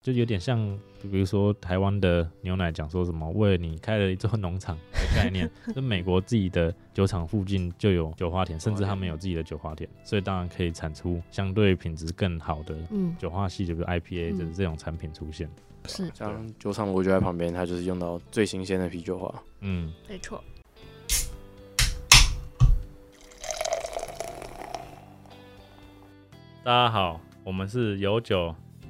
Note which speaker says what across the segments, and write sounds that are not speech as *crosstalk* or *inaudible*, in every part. Speaker 1: 就有点像，比如说台湾的牛奶讲说什么为了你开了一座农场的
Speaker 2: *laughs*
Speaker 1: 概念，就美国自己的酒厂附近就有酒花田，甚至他们有自己的酒花田，所以当然可以产出相对品质更好的
Speaker 3: 嗯，
Speaker 1: 酒花系，就比如 IPA
Speaker 3: 嗯
Speaker 1: 的这种产品出现。
Speaker 3: 是
Speaker 1: 对
Speaker 4: 像酒厂我就在旁边，它就是用到最新鲜的啤酒花。
Speaker 1: 嗯，
Speaker 3: 没错。
Speaker 2: 大家好，我们是有酒，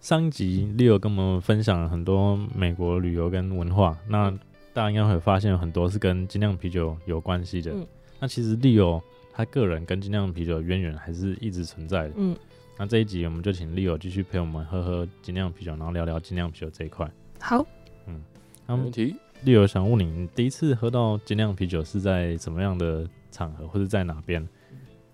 Speaker 1: 上一集 Leo 跟我们分享了很多美国旅游跟文化，那
Speaker 3: 嗯
Speaker 1: 大家应该会发现有很多是跟精酿啤酒有关系的。
Speaker 3: 嗯
Speaker 1: 那其实 Leo 他个人跟精酿啤酒的渊源还是一直存在的。
Speaker 3: 嗯，
Speaker 1: 那这一集我们就请 Leo 继续陪我们喝喝精酿啤酒，然后聊聊精酿啤酒这一块。
Speaker 3: 好，
Speaker 1: 那
Speaker 4: 没问题。
Speaker 1: Leo 想问你，你第一次喝到精酿啤酒是在什么样的场合，或者在哪边？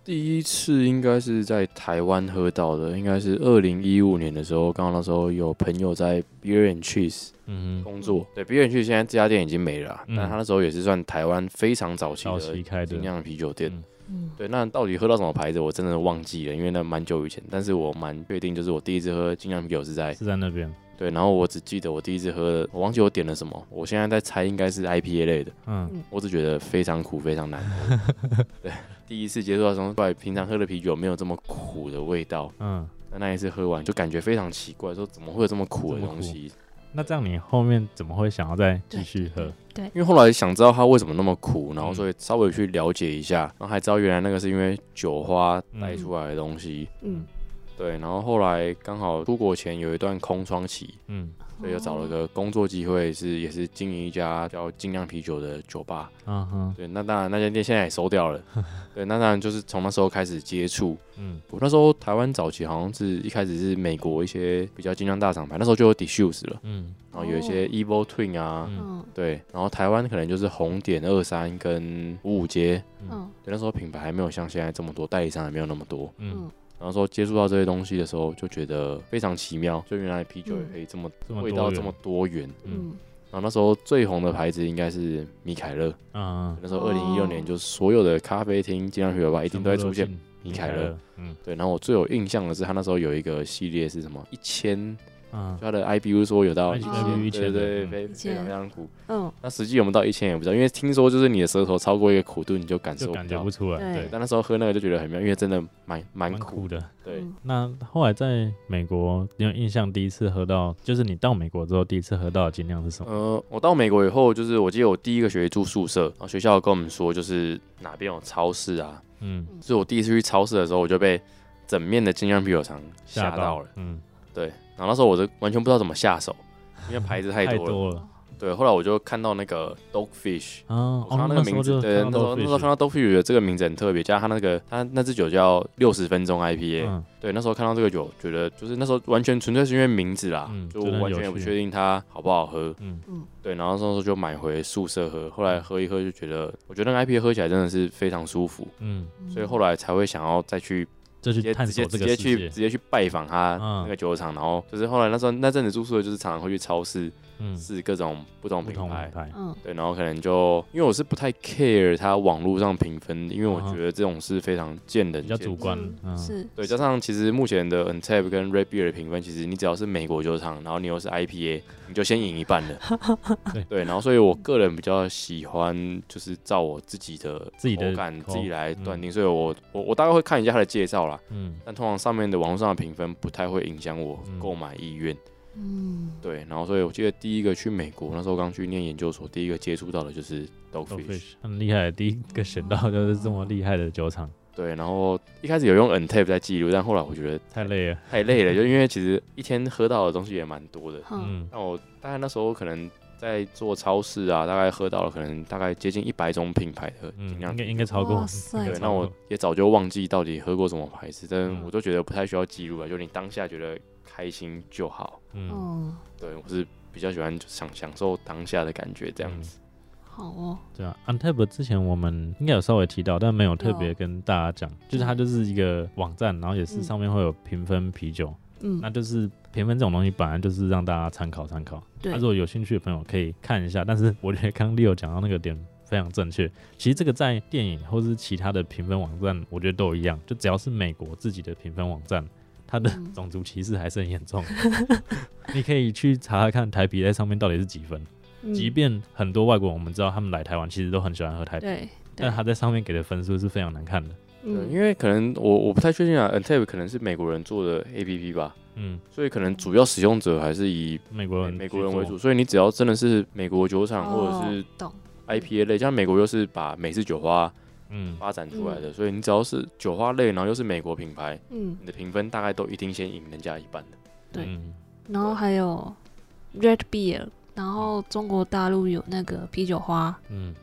Speaker 4: 第一次应该是在台湾喝到的，应该是二零一五年的时候，刚好那时候有朋友在 Beer and Cheese
Speaker 1: 嗯哼，
Speaker 4: 工作。对，Beer and Cheese 现在这家店已经没了啊、
Speaker 1: 嗯
Speaker 4: 但他那时候也是算台湾非常早期
Speaker 1: 早期
Speaker 4: 的
Speaker 1: 开的
Speaker 4: 精，酿啤酒店。
Speaker 1: 嗯
Speaker 3: 嗯，
Speaker 4: 对，那到底喝到什么牌子，我真的忘记了，因为那蛮久以前。但是我蛮确定，就是我第一次喝精酿啤酒是在
Speaker 1: 是在那边。
Speaker 4: 对，然后我只记得我第一次喝，我忘记我点了什么。我现在在猜，应该是 IPA 类的。
Speaker 1: 嗯
Speaker 4: 我只觉得非常苦，非常难喝。
Speaker 1: *laughs*
Speaker 4: 对，第一次接触到这种怪，平常喝的啤酒没有这么苦的味道。
Speaker 1: 嗯，
Speaker 4: 那那一次喝完就感觉非常奇怪，说怎么会有这么苦的
Speaker 1: 这么苦
Speaker 4: 东西？
Speaker 1: 那这样你后面怎么会想要再继续喝？
Speaker 3: 对，
Speaker 4: 因为后来想知道它为什么那么苦，
Speaker 1: 嗯
Speaker 4: 然后所以稍微去了解一下，然后还知道原来那个是因为酒花带出来的东西。
Speaker 3: 嗯，
Speaker 4: 对，然后后来刚好出国前有一段空窗期，
Speaker 1: 嗯
Speaker 4: 所以又找了个工作机会，是也是经营一家叫精酿啤酒的酒吧。
Speaker 1: 啊哈，
Speaker 4: 对，那当然那家店现在也收掉
Speaker 1: *laughs*
Speaker 4: 了。对，那当然就是从那时候开始接触。
Speaker 1: 嗯
Speaker 4: 我那时候台湾早期好像是一开始是美国一些比较精酿大厂牌，那时候就有 Diffuse 了，
Speaker 1: 嗯
Speaker 4: 然后有一些 Evil Twin 啊，
Speaker 1: 嗯
Speaker 5: 哦
Speaker 3: 嗯
Speaker 4: 对，然后台湾可能就是红点二三跟五五街，
Speaker 3: 嗯
Speaker 4: 对，那时候品牌还没有像现在这么多，代理商也没有那么多。
Speaker 1: 嗯，
Speaker 4: 然后说接触到这些东西的时候，就觉得非常奇妙，就原来啤酒也可以这么、
Speaker 1: 这么
Speaker 4: 味道
Speaker 1: 多
Speaker 4: 嗯这么多元。
Speaker 1: 嗯
Speaker 3: 嗯，
Speaker 4: 然后那时候最红的牌子应该是米凯勒，
Speaker 1: 啊，
Speaker 4: 那时候
Speaker 3: 哦
Speaker 4: 二零一六年，就是所有的咖啡厅、精酿啤酒吧一定都会出现米凯勒。，
Speaker 1: 嗯
Speaker 4: 对，然后我最有印象的是，他那时候有一个系列是什么？一千，
Speaker 1: 啊，
Speaker 4: 他的 IBU 说有到
Speaker 1: 哦
Speaker 4: 一千，
Speaker 1: IBU
Speaker 4: 对对对，
Speaker 1: 1000
Speaker 4: 非
Speaker 3: 嗯
Speaker 4: 非常非常苦。
Speaker 3: 嗯，
Speaker 4: 那实际有没有到一千也不知道，因为听说就是你的舌头超过一个苦度，你就感受
Speaker 1: 就感觉
Speaker 4: 到
Speaker 1: 不。出来，
Speaker 3: 对
Speaker 1: 对，
Speaker 4: 但那时候喝那个就觉得很妙，因为真的蛮蛮
Speaker 1: 蛮
Speaker 4: 苦
Speaker 1: 苦
Speaker 4: 的。
Speaker 1: 的。
Speaker 4: 对，
Speaker 3: 嗯
Speaker 1: 那后来在美国，你有印象第一次喝到，就是你到美国之后第一次喝到的精酿是什么？
Speaker 4: 呃，我到美国以后，就是我记得我第一个学期住宿舍，然后学校有跟我们说就是哪边有超市啊，
Speaker 1: 嗯，
Speaker 4: 所以我第一次去超市的时候，我就被整面的精酿啤酒厂吓到了。，
Speaker 1: 嗯，
Speaker 4: 对，然后那时候我就完全不知道怎么下手，因为牌子太
Speaker 1: 太
Speaker 4: 多了。
Speaker 1: 多了
Speaker 4: 对，后来我就看到那个 Dogfish，
Speaker 1: 啊，
Speaker 4: 我看
Speaker 1: 哦
Speaker 4: 到，那个
Speaker 1: 那时
Speaker 4: 名
Speaker 1: 候
Speaker 4: 字，
Speaker 1: 就
Speaker 4: 对，
Speaker 1: 看
Speaker 4: 那
Speaker 1: 到
Speaker 4: 时候那时候看
Speaker 1: Dogfish，
Speaker 4: 到 Dogfish 的这个名字很特别，加上它那个它那支酒叫六十分钟 IPA，、
Speaker 1: 嗯
Speaker 4: 对，那时候看到这个酒，觉得就是那时候完全纯粹是因为名字啦，
Speaker 1: 嗯
Speaker 4: 就
Speaker 1: 真的很
Speaker 4: 完
Speaker 1: 有
Speaker 4: 全也不
Speaker 1: 趣
Speaker 4: 确定它好不好喝。
Speaker 1: 嗯
Speaker 4: 对，然后那时候就买回宿舍喝，后来喝一喝就觉得，我觉得那个 IPA 喝起来真的是非常舒服，
Speaker 1: 嗯，
Speaker 4: 所以后来才会想要再去
Speaker 1: 就
Speaker 4: 直
Speaker 1: 去
Speaker 4: 接
Speaker 1: 探
Speaker 4: 直
Speaker 1: 索
Speaker 4: 接
Speaker 1: 这
Speaker 4: 直
Speaker 1: 个世
Speaker 4: 接去
Speaker 1: 界，
Speaker 4: 直接去拜访他
Speaker 1: 嗯
Speaker 4: 那个酒厂，然后就是后来那时候那阵子住宿的就是常常会去超市
Speaker 1: 嗯，
Speaker 4: 试各种不同
Speaker 1: 不
Speaker 4: 品
Speaker 1: 同
Speaker 4: 牌
Speaker 1: 品。牌，
Speaker 3: 嗯
Speaker 4: 对，然后可能就因为我是不太 care 它网络上评分的，因为我
Speaker 1: 嗯哼
Speaker 4: 觉得这种是非常见人
Speaker 1: 比较
Speaker 4: 见
Speaker 1: 主
Speaker 4: 智。
Speaker 1: 观，嗯，
Speaker 3: 是，
Speaker 4: 对，加上其实目前的 u n t a p 跟 Red Beer 的评分，其实你只要是美国酒厂，然后你又是 IPA，你就先赢一半了
Speaker 1: *laughs* 对。
Speaker 4: 对，然后所以我个人比较喜欢就是照我自己的
Speaker 1: 自己的
Speaker 4: 口感
Speaker 1: 口
Speaker 4: 自己来
Speaker 1: 嗯
Speaker 4: 断定，所以我我我大概会看一下它的介绍啦，
Speaker 1: 嗯
Speaker 4: 但通常上面的网络上的评分不太会影响我
Speaker 1: 嗯
Speaker 4: 购买意愿。
Speaker 3: 嗯
Speaker 4: 对，然后所以我记得第一个去美国，那时候刚去念研究所，第一个接触到的就是 Dogfish。
Speaker 1: ，Dogfish 很厉害，第一个选到就是这么厉害的酒厂，
Speaker 4: 对，然后一开始有用 Untap 在记录，但后来我觉得
Speaker 1: 太累了， *laughs*
Speaker 4: 太累了，就因为其实一天喝到的东西也蛮多的。
Speaker 3: 嗯
Speaker 1: 嗯
Speaker 4: 那我大概那时候可能在做超市啊，大概喝到了可能大概接近一百种品牌的
Speaker 1: 嗯，
Speaker 4: 精
Speaker 1: 应
Speaker 4: 酿
Speaker 1: 该
Speaker 4: 啤酒。
Speaker 1: 应该超过
Speaker 3: 哇。塞
Speaker 1: 应
Speaker 4: 对
Speaker 1: 该，
Speaker 4: 那
Speaker 1: 超过
Speaker 4: 我也早就忘记到底喝过什么牌子，但
Speaker 1: 嗯
Speaker 4: 我都觉得不太需要记录了，就你当下觉得开心就好。
Speaker 1: 嗯，
Speaker 3: 哦，
Speaker 4: 对我是比较喜欢享享受当下的感觉这样子。
Speaker 3: 好哦，
Speaker 1: 对啊，Untap 之前我们应该有稍微提到，但没有特别
Speaker 3: 有
Speaker 1: 跟大家讲，就是它就是一个网站，然后也是
Speaker 3: 嗯
Speaker 1: 上面会有评分啤酒，
Speaker 3: 嗯
Speaker 1: 那，就是评分这种东西本来就是让大家参考参考。
Speaker 3: 对
Speaker 1: 那如果有兴趣的朋友可以看一下，但是我觉得刚 Leo 讲到那个点非常正确。其实这个在电影或是其他的评分网站，我觉得都一样，就只要是美国自己的评分网站，它的
Speaker 3: 嗯
Speaker 1: 种族歧视还是很严重的。你可以去查查看台啤在上面到底是几分，
Speaker 3: *laughs* 嗯
Speaker 1: 即便很多外国人我们知道他们来台湾其实都很喜欢喝台啤，
Speaker 3: 对，
Speaker 1: 但他在上面给的分数是非常难看的。
Speaker 4: 对，
Speaker 3: 嗯
Speaker 4: 因为可能我我不太确定啊 n t a p 可能是美国人做的 APP 吧，
Speaker 1: 嗯，
Speaker 4: 所以可能主要使用者还是以
Speaker 1: 美国人
Speaker 4: 美国人
Speaker 1: 去
Speaker 4: 为
Speaker 1: 做
Speaker 4: 主，，所以你只要真的是美国酒厂或
Speaker 3: 哦
Speaker 4: 者是
Speaker 3: 懂，
Speaker 4: IPA 类，像美国又是把美式酒花
Speaker 1: 嗯，
Speaker 4: 发展出来的，所以你只要是酒花类，然后又是美国品牌，
Speaker 3: 嗯，
Speaker 4: 你的评分大概都一定先赢人家一半的。
Speaker 3: 对
Speaker 1: 嗯
Speaker 3: 然后还有 Red Beer，然后中国大陆有那个啤酒花，
Speaker 1: 嗯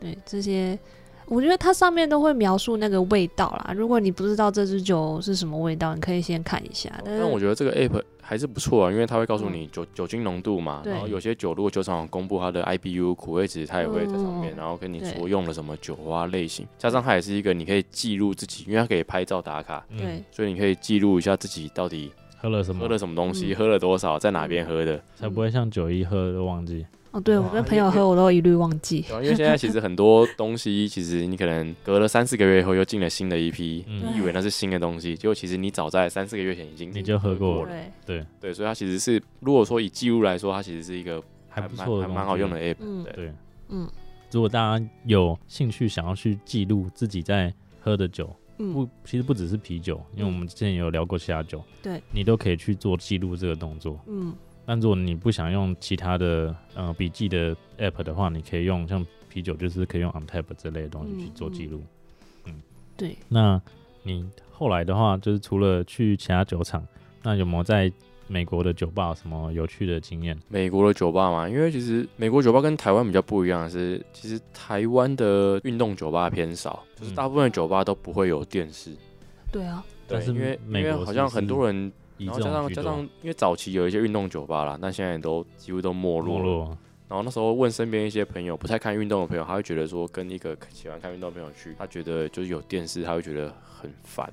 Speaker 3: 对这些，我觉得它上面都会描述那个味道啦。如果你不知道这支酒是什么味道，你可以先看一下。但是
Speaker 4: 哦但我觉得这个 app 还是不错啊，因为它会告诉
Speaker 3: 嗯
Speaker 4: 你酒酒精浓度嘛，
Speaker 3: 对
Speaker 4: 然后有些酒如果酒厂有公布它的 IBU 苦味值，它也会在上面，
Speaker 3: 嗯
Speaker 4: 然后跟你
Speaker 3: 对
Speaker 4: 说用了什么酒花类型，加上它也是一个你可以记录自己，因为它可以拍照打卡，
Speaker 1: 嗯，
Speaker 3: 对，
Speaker 4: 所以你可以记录一下自己到底
Speaker 1: 喝了什么
Speaker 4: 喝了什么东西，
Speaker 3: 嗯
Speaker 4: 喝了多少，在哪边喝的。
Speaker 1: 才不会像九一喝都忘记。
Speaker 3: 哦，对我
Speaker 4: 哇
Speaker 3: 跟朋友喝，我都一律忘记。
Speaker 4: 对啊因为现在其实很多东西，其实你可能隔了三四个月以后又进了新的一批，
Speaker 1: 嗯
Speaker 4: 你
Speaker 3: 啊
Speaker 4: 以为那是新的东西，结果其实你早在三四个月前已经
Speaker 1: 你就喝过了，
Speaker 3: 对，
Speaker 4: 对，所以它其实是如果说以记录来说，它其实是一个
Speaker 1: 还不
Speaker 4: 蛮
Speaker 1: 错的
Speaker 4: 还
Speaker 1: 东西，
Speaker 4: 蛮好用的 app。
Speaker 3: 嗯
Speaker 4: 对
Speaker 1: 对，
Speaker 3: 嗯
Speaker 1: 如果大家有兴趣想要去记录自己在喝的酒，
Speaker 3: 嗯，
Speaker 1: 不，其实不只是啤酒，因为我们之前也有聊过其他酒，
Speaker 3: 对
Speaker 1: 你都可以去做记录这个动作。
Speaker 3: 嗯
Speaker 1: 但如果你不想用其他的呃笔记的 app 的话，你可以用像啤酒，就是可以用 OnTap 之类的东西去做记录。
Speaker 3: 对，
Speaker 1: 那你后来的话，就是除了去其他酒厂，那有没有在美国的酒吧有什么有趣的经验？
Speaker 4: 美国的酒吧嘛，因为其实美国酒吧跟台湾比较不一样的是，其实台湾的运动酒吧偏少，就是
Speaker 1: 嗯
Speaker 4: 大部分的酒吧都不会有电视。
Speaker 3: 对啊，
Speaker 1: 但
Speaker 4: 对，
Speaker 1: 是
Speaker 4: 因为因
Speaker 1: 美
Speaker 4: 为
Speaker 1: 国
Speaker 4: 好像
Speaker 1: 是
Speaker 4: 很多人，
Speaker 1: 以
Speaker 4: 然
Speaker 1: 这
Speaker 4: 后加
Speaker 1: 种
Speaker 4: 上
Speaker 1: 居
Speaker 4: 加
Speaker 1: 多啊
Speaker 4: 上，因为早期有一些运动酒吧啦，但现在也都几乎都没落
Speaker 1: 没
Speaker 4: 了。
Speaker 1: 落，
Speaker 4: 然后那时候问身边一些朋友，不太看运动的朋友，他会觉得说跟一个喜欢看运动的朋友去，他觉得就是有电视，他会觉得很
Speaker 3: *laughs*
Speaker 4: 烦，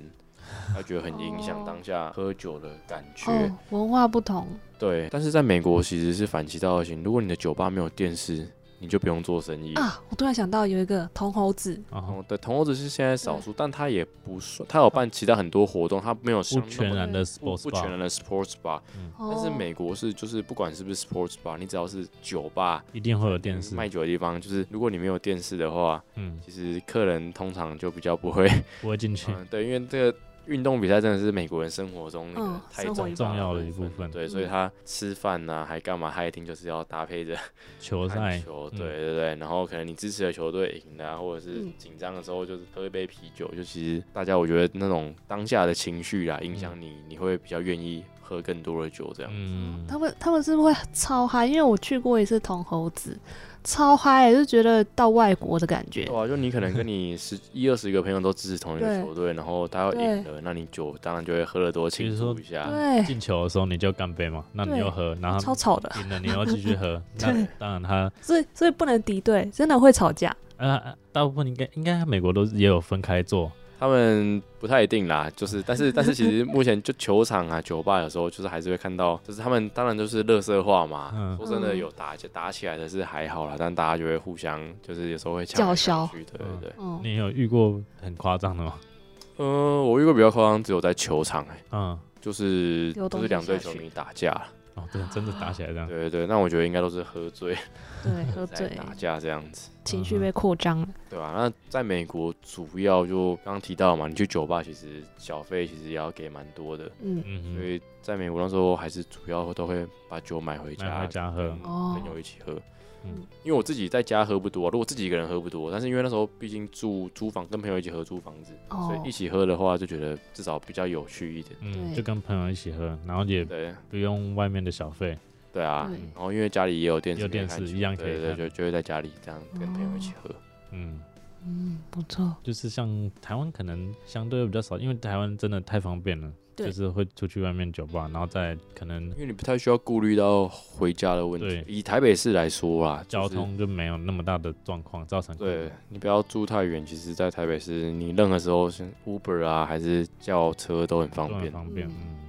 Speaker 4: 他觉得很影响
Speaker 3: 哦
Speaker 4: 当下喝酒的感觉。
Speaker 3: 哦，文化不同，
Speaker 4: 对，但是在美国其实是反其道而行，如果你的酒吧没有电视，你就不用做生意。
Speaker 3: 啊，我突然想到有一个铜猴子，
Speaker 1: 然后
Speaker 4: 哦，对，同猴子是现在少
Speaker 3: 嗯
Speaker 4: 数，但他也不算，他有办其他很多活动，他没有
Speaker 1: 不
Speaker 4: 像那
Speaker 1: 全
Speaker 4: 么
Speaker 1: 然的
Speaker 4: 不
Speaker 1: sports
Speaker 4: 不全
Speaker 1: bar，
Speaker 4: 然的 sports bar，但是
Speaker 3: 哦
Speaker 4: 美国是就是不管是不是 sports bar，你只要是酒吧
Speaker 1: 一定会有电视，
Speaker 4: 卖酒的地方，就是如果你没有电视的话，
Speaker 1: 嗯，
Speaker 4: 其实客人通常就比较
Speaker 1: *laughs*
Speaker 4: 不会，
Speaker 1: 不会进去，
Speaker 4: 嗯，对，因为这个运动比赛真的是美国人生活中那
Speaker 3: 嗯
Speaker 4: 个太
Speaker 3: 生活
Speaker 4: 重
Speaker 3: 一部
Speaker 1: 重要的一部分
Speaker 4: 对，所以
Speaker 3: 嗯
Speaker 4: 他吃饭呐、还干嘛，他一定就是要搭配着
Speaker 1: 球
Speaker 4: 看
Speaker 1: 赛，
Speaker 4: 球，
Speaker 1: 嗯
Speaker 4: 对对对，然后可能你支持的球队赢了、啊，或者是
Speaker 3: 嗯
Speaker 4: 紧张的时候就是喝一杯啤酒，就其实大家我觉得那种当下的情绪啊，影响你，你会比较愿意喝更多的酒这样。
Speaker 1: 嗯，
Speaker 3: 他们他们是不是会超嗨，因为我去过一次铜猴子，超嗨、就觉得到外国的感觉
Speaker 4: 对。啊，就你可能跟你十一二十个朋友都支持同一个
Speaker 3: 对
Speaker 4: 球队，然后他要赢了，那你酒当然就会喝得多
Speaker 1: 比
Speaker 4: 庆
Speaker 1: 如说
Speaker 4: 祝一下。
Speaker 3: 对，
Speaker 1: 进球的时候你就干杯嘛，那你
Speaker 3: 对
Speaker 1: 又喝，然后
Speaker 3: 超吵的，
Speaker 1: 赢了你又继续
Speaker 3: *laughs*
Speaker 1: 喝，那
Speaker 3: 对
Speaker 1: 当然他
Speaker 3: 所以所以不能敌对，真的会吵架。
Speaker 1: 呃呃大部分应该应该美国都也有分开做，
Speaker 4: 他们不太一定啦，就是但是但是其实目前就球场啊、酒吧有时候就是还是会看到，就是他们当然就是乐色化嘛。
Speaker 1: 嗯
Speaker 4: 说真的，
Speaker 3: 嗯
Speaker 4: 有打架打起来的是还好啦，但大家就会互相就是有时候会
Speaker 3: 叫
Speaker 4: 呛来呛
Speaker 3: 嚣
Speaker 4: 去。对对对，
Speaker 3: 嗯，
Speaker 1: 你有遇过很夸张的吗？
Speaker 4: 嗯、我遇过比较夸张，只有在球场哎、
Speaker 1: 嗯，
Speaker 4: 就是
Speaker 3: 丢
Speaker 4: 就
Speaker 3: 东
Speaker 4: 是
Speaker 3: 西
Speaker 4: 两队
Speaker 3: 下
Speaker 4: 球
Speaker 3: 去
Speaker 4: 迷打架啦，
Speaker 1: 哦，真的真的打起来这样，
Speaker 4: 啊对对对，那我觉得应该都是喝醉
Speaker 3: 对，喝
Speaker 4: 在
Speaker 3: 醉，
Speaker 4: 打架这样子。
Speaker 3: 情绪被扩张了。
Speaker 4: 对啊，那在美国主要就刚刚提到嘛，你去酒吧其实小费其实也要给蛮多的，
Speaker 3: 嗯，
Speaker 1: 嗯
Speaker 4: 所
Speaker 1: 嗯，
Speaker 4: 以在美国那时候还是主要都会把酒买回
Speaker 1: 买
Speaker 4: 家，
Speaker 1: 回家喝
Speaker 4: 跟，
Speaker 3: 哦
Speaker 4: 朋友一起喝。
Speaker 1: 嗯
Speaker 4: 因为我自己在家喝不多、啊，如果自己一个人喝不多，但是因为那时候毕竟住租房，跟朋友一起合租房子，
Speaker 3: 哦
Speaker 4: 所以一起喝的话就觉得至少比较有趣一点。
Speaker 1: 嗯，
Speaker 3: 对
Speaker 1: 就跟朋友一起喝，然后也
Speaker 4: 对
Speaker 1: 不用外面的小费，
Speaker 4: 对啊
Speaker 3: 对，
Speaker 4: 然后因为家里也有电视，
Speaker 1: 有电视一样可以
Speaker 4: 对对
Speaker 1: 看
Speaker 4: 对，就就会在家里这样跟朋友一起喝。
Speaker 1: 嗯，
Speaker 3: 嗯，不错，
Speaker 1: 就是像台湾可能相对比较少，因为台湾真的太方便了，
Speaker 3: 对
Speaker 1: 就是会出去外面酒吧，然后再可能
Speaker 4: 因为你不太需要顾虑到回家的问
Speaker 1: 对
Speaker 4: 题。以台北市来说啊，就
Speaker 1: 交
Speaker 4: 是
Speaker 1: 通就没有那么大的状况造成。
Speaker 4: 对，你不要住太远，其实，在台北市，你任何时候像 Uber 啊，还是叫车都很方
Speaker 1: 都很
Speaker 4: 便。
Speaker 1: 方便。嗯，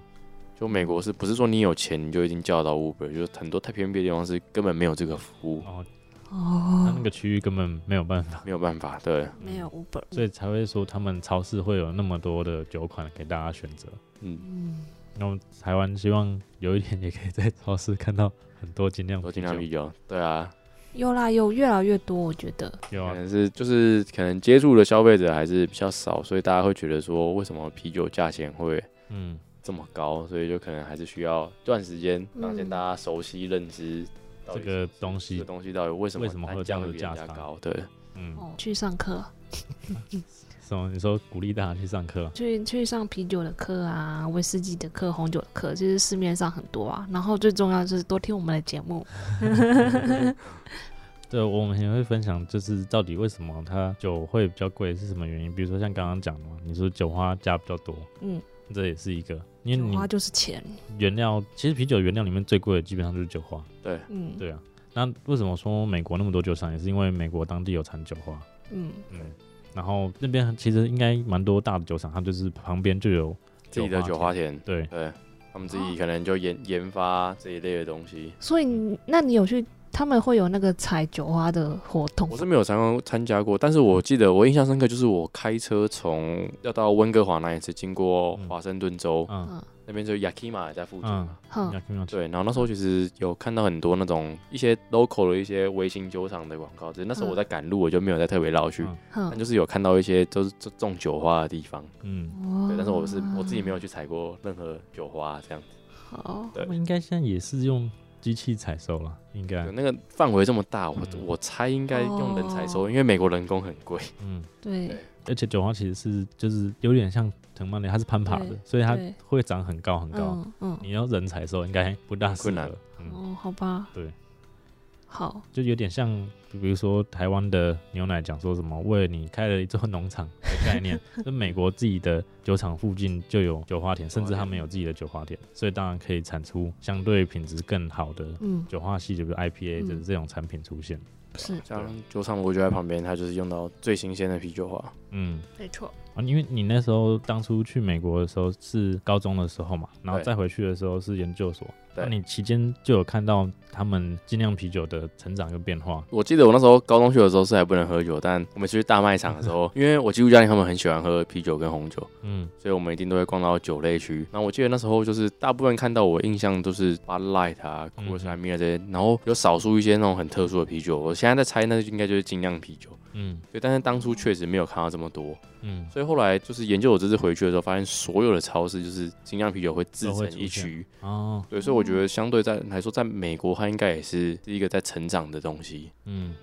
Speaker 4: 就美国是不是说你有钱你就一定叫得到 Uber？就是很多太偏僻的地方是根本没有这个服务，
Speaker 1: 然后它
Speaker 3: 哦
Speaker 1: 那，个区域根本没有办法，
Speaker 4: 没有办法。对，
Speaker 3: *laughs* 没有 Uber，
Speaker 1: 所以才会说他们超市会有那么多的酒款给大家选择。
Speaker 4: 嗯，
Speaker 3: 嗯，
Speaker 1: 那么台湾希望有一天也可以在超市看到很多精酿
Speaker 4: 都
Speaker 1: 啤
Speaker 4: 尽量
Speaker 1: 酒
Speaker 4: 比，较。对啊，
Speaker 3: 有啦，有越来越多，我觉得，
Speaker 1: 有
Speaker 4: 可
Speaker 1: 啊，
Speaker 4: 能是就是可能接触的消费者还是比较少，所以大家会觉得说，为什么啤酒价钱会
Speaker 1: 嗯，
Speaker 4: 这么高？所以就可能还是需要一段时间，
Speaker 3: 嗯
Speaker 4: 让先大家熟悉认知到
Speaker 1: 这
Speaker 4: 底
Speaker 1: 个东
Speaker 4: 这
Speaker 1: 西
Speaker 4: 个，东西到底为什么
Speaker 1: 为什么会有这
Speaker 4: 单
Speaker 1: 样
Speaker 4: 价
Speaker 1: 的
Speaker 4: 会比
Speaker 1: 价
Speaker 4: 人家
Speaker 1: 差
Speaker 4: 高？对，
Speaker 1: 嗯，
Speaker 3: 哦，去上课，
Speaker 1: 什么？你说鼓励大家去上课？啊
Speaker 3: 去去上啤酒的课啊，威士忌的课，红酒的课，其实市面上很多啊。然后最重要就是多听我们的节目，
Speaker 1: 对，我们也会分享，就是到底为什么它酒会比较贵，是什么原因？比如说像刚刚讲的嘛，你说酒花加比较多，
Speaker 3: 嗯，
Speaker 1: 这也是一个，因
Speaker 3: 酒
Speaker 1: 为
Speaker 3: 花
Speaker 1: 你
Speaker 3: 就是钱，
Speaker 1: 原料其实啤酒原料里面最贵的基本上就是酒花，
Speaker 3: 嗯，
Speaker 1: 对啊。那为什么说美国那么多酒厂，也是因为美国当地有产酒花，
Speaker 3: 嗯，
Speaker 1: 嗯，然后那边其实应该蛮多大的酒厂，它就是旁边就哦有
Speaker 4: 自己的酒花田，
Speaker 1: 对，
Speaker 4: 对他们自己可能就研研发这一类的东西。
Speaker 3: 所以你那你有去，他们会有那个采酒花的活动
Speaker 4: 我，是没有参观参加过，但是我记得我印象深刻，就是我开车从要到温哥华那一次，经过
Speaker 1: 嗯
Speaker 4: 华盛顿州、
Speaker 1: 嗯
Speaker 3: 嗯，
Speaker 4: 那边就 Yakima 也在附近
Speaker 1: 嗯
Speaker 4: 嘛。
Speaker 3: 哼，
Speaker 1: 要听要
Speaker 4: 对，然后那时候其实有看到很多那种一些 local 的一些微型酒厂的广告，只是那时候
Speaker 3: 嗯
Speaker 4: 我在赶路，我就没有再特别绕去，
Speaker 1: 嗯
Speaker 4: 但
Speaker 3: 哼，
Speaker 4: 就是有看到一些就是种种酒花的地方。
Speaker 1: 嗯，
Speaker 3: 哦
Speaker 4: 对，但是我是我自己没
Speaker 1: 啊
Speaker 4: 有去采过任何酒花这样子，
Speaker 3: 好，
Speaker 1: 他们应该现在也是用机器采收了，应该
Speaker 4: 对，那个范围这么大，我
Speaker 1: 嗯
Speaker 4: 我猜应该用人采收，
Speaker 3: 哦
Speaker 4: 因为美国人工很贵。
Speaker 1: 嗯，
Speaker 3: 对，
Speaker 1: 而且酒花其实是就是有点像藤蔓莲，它是攀爬的
Speaker 3: 对，
Speaker 1: 所以它
Speaker 3: 对
Speaker 1: 会长很高很高。
Speaker 3: 嗯嗯，
Speaker 1: 你要人采收应该不大适
Speaker 4: 困难
Speaker 1: 合，嗯，
Speaker 3: 哦，好吧，
Speaker 1: 对，
Speaker 3: 好，
Speaker 1: 就有点像，比如说台湾的牛奶讲说什么为你开了一座农场的概念，那美国自己的酒厂附近就有酒花田，甚至他们有自己的酒花田，所以当然可以产出相对品质更好的
Speaker 3: 嗯，
Speaker 1: 酒花系，就比如 IPA
Speaker 3: 嗯
Speaker 1: 这这种产品出现。
Speaker 3: 是，
Speaker 4: 像酒厂我就在旁边，它就是用到最新鲜的啤酒啊花。
Speaker 1: 嗯，
Speaker 3: 没错，
Speaker 1: 啊，因为你那时候当初去美国的时候是高中的时候嘛，然后
Speaker 4: 对
Speaker 1: 再回去的时候是研究所，那
Speaker 4: 对
Speaker 1: 你期间就有看到他们精酿啤酒的成长跟变化。
Speaker 4: 我记得我那时候高中去的时候是还不能喝酒，但我每次去大卖场的时候，因为我基督教练他们很喜欢喝啤酒跟红酒，
Speaker 1: 嗯，
Speaker 4: 所以我们一定都会逛到酒类区。然后我记得那时候就是大部分看到我印象都是 Bud Light 啊、
Speaker 1: 嗯
Speaker 4: Coors Light Miller 这些，然后有少数一些那种很特殊的啤酒。我现在在猜，那应该就是精酿啤酒。
Speaker 1: 嗯
Speaker 4: 对，但是当初确实没有看到这么多，
Speaker 1: 嗯，
Speaker 4: 所以后来就是研究我这次回去的时候，发现所有的超市就是精酿啤酒会自
Speaker 1: 都会
Speaker 4: 成一
Speaker 1: 出现
Speaker 4: 区。
Speaker 1: 哦，
Speaker 4: 对，所以我觉得相对在来说，在美国它应该也是一个在成长的东西。
Speaker 1: 嗯，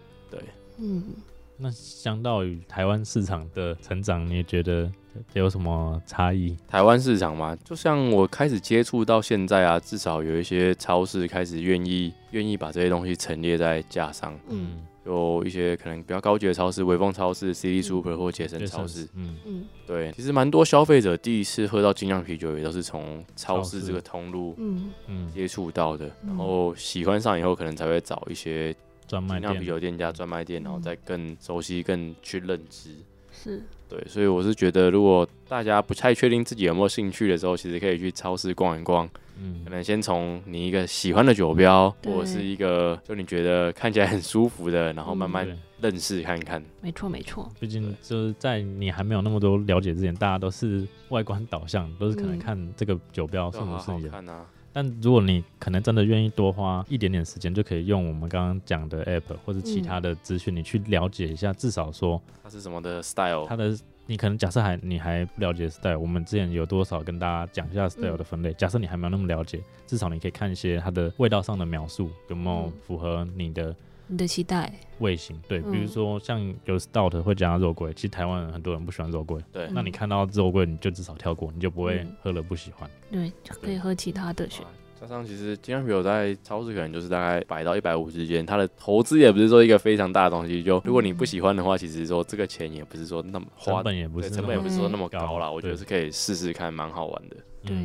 Speaker 3: 嗯，
Speaker 1: 那相较于台湾市场的成长，你觉得有什么差异？
Speaker 4: 台湾市场嘛，就像我开始接触到现在啊，至少有一些超市开始愿意愿意把这些东西陈列在架上，
Speaker 3: 嗯，
Speaker 4: 有一些可能比较高级的超市，微风超市、CD Super 或杰森超市，，
Speaker 1: 嗯
Speaker 3: 嗯，
Speaker 4: 对，其实蛮多消费者第一次喝到精酿啤酒，也都是从超市这个通路
Speaker 3: 嗯，
Speaker 1: 嗯，
Speaker 4: 接触到的，
Speaker 3: 嗯
Speaker 4: 然后喜欢上以后，可能才会找一些
Speaker 1: 专卖
Speaker 4: 精酿啤
Speaker 1: 店，
Speaker 4: 酒店家、专卖店，然后再更熟悉、更去认知。
Speaker 3: 是，
Speaker 4: 对，所以我是觉得，如果大家不太确定自己有没有兴趣的时候，其实可以去超市逛一逛。可
Speaker 1: 嗯
Speaker 4: 能先从你一个喜欢的酒标，
Speaker 3: 对
Speaker 4: 或者是一个就你觉得看起来很舒服的，然后慢慢
Speaker 1: 对，
Speaker 4: 认识看看。
Speaker 3: 没错，没错，
Speaker 1: 毕竟就是在你还没有那么多了解之前，大家都是外观导向，都是可能
Speaker 3: 嗯
Speaker 1: 看这个酒标
Speaker 4: 这
Speaker 1: 顺不
Speaker 4: 好好
Speaker 1: 顺眼。
Speaker 4: 看啊？
Speaker 1: 但如果你可能真的愿意多花一点点时间，就可以用我们刚刚讲的 app 或者其
Speaker 4: 嗯
Speaker 1: 他的资讯，你去了解一下，至少说
Speaker 4: 它是什么的 style？
Speaker 1: 它的。你可能假设还你还不了解 style，我们之前有多少跟大家讲一下 style
Speaker 3: 嗯
Speaker 1: 的分类。假设你还没有那么了解，至少你可以看一些它的味道上的描述有没有
Speaker 3: 嗯
Speaker 1: 符合你的
Speaker 3: 你的期待，
Speaker 1: 味型。对，比如
Speaker 3: 嗯
Speaker 1: 说像有 stout 会加肉桂，其实台湾人很多人不喜欢肉桂，
Speaker 4: 对，
Speaker 1: 那你看到肉桂你就至少跳过，你就不会
Speaker 3: 嗯
Speaker 1: 喝了不喜欢。
Speaker 3: 对，就可以喝其他的选，
Speaker 4: 加上其实金刚啤酒在超市可能就是大概百到一百五之间，它的投资也不是说一个非常大的东西。就如果你不喜欢的话，其实说这个钱也不是说那么花
Speaker 1: 成本也不
Speaker 4: 对
Speaker 1: 是
Speaker 4: 成本也不是嗯说那么高啦，
Speaker 1: 嗯
Speaker 4: 我觉得是可以试试看，蛮好玩的。
Speaker 3: 对，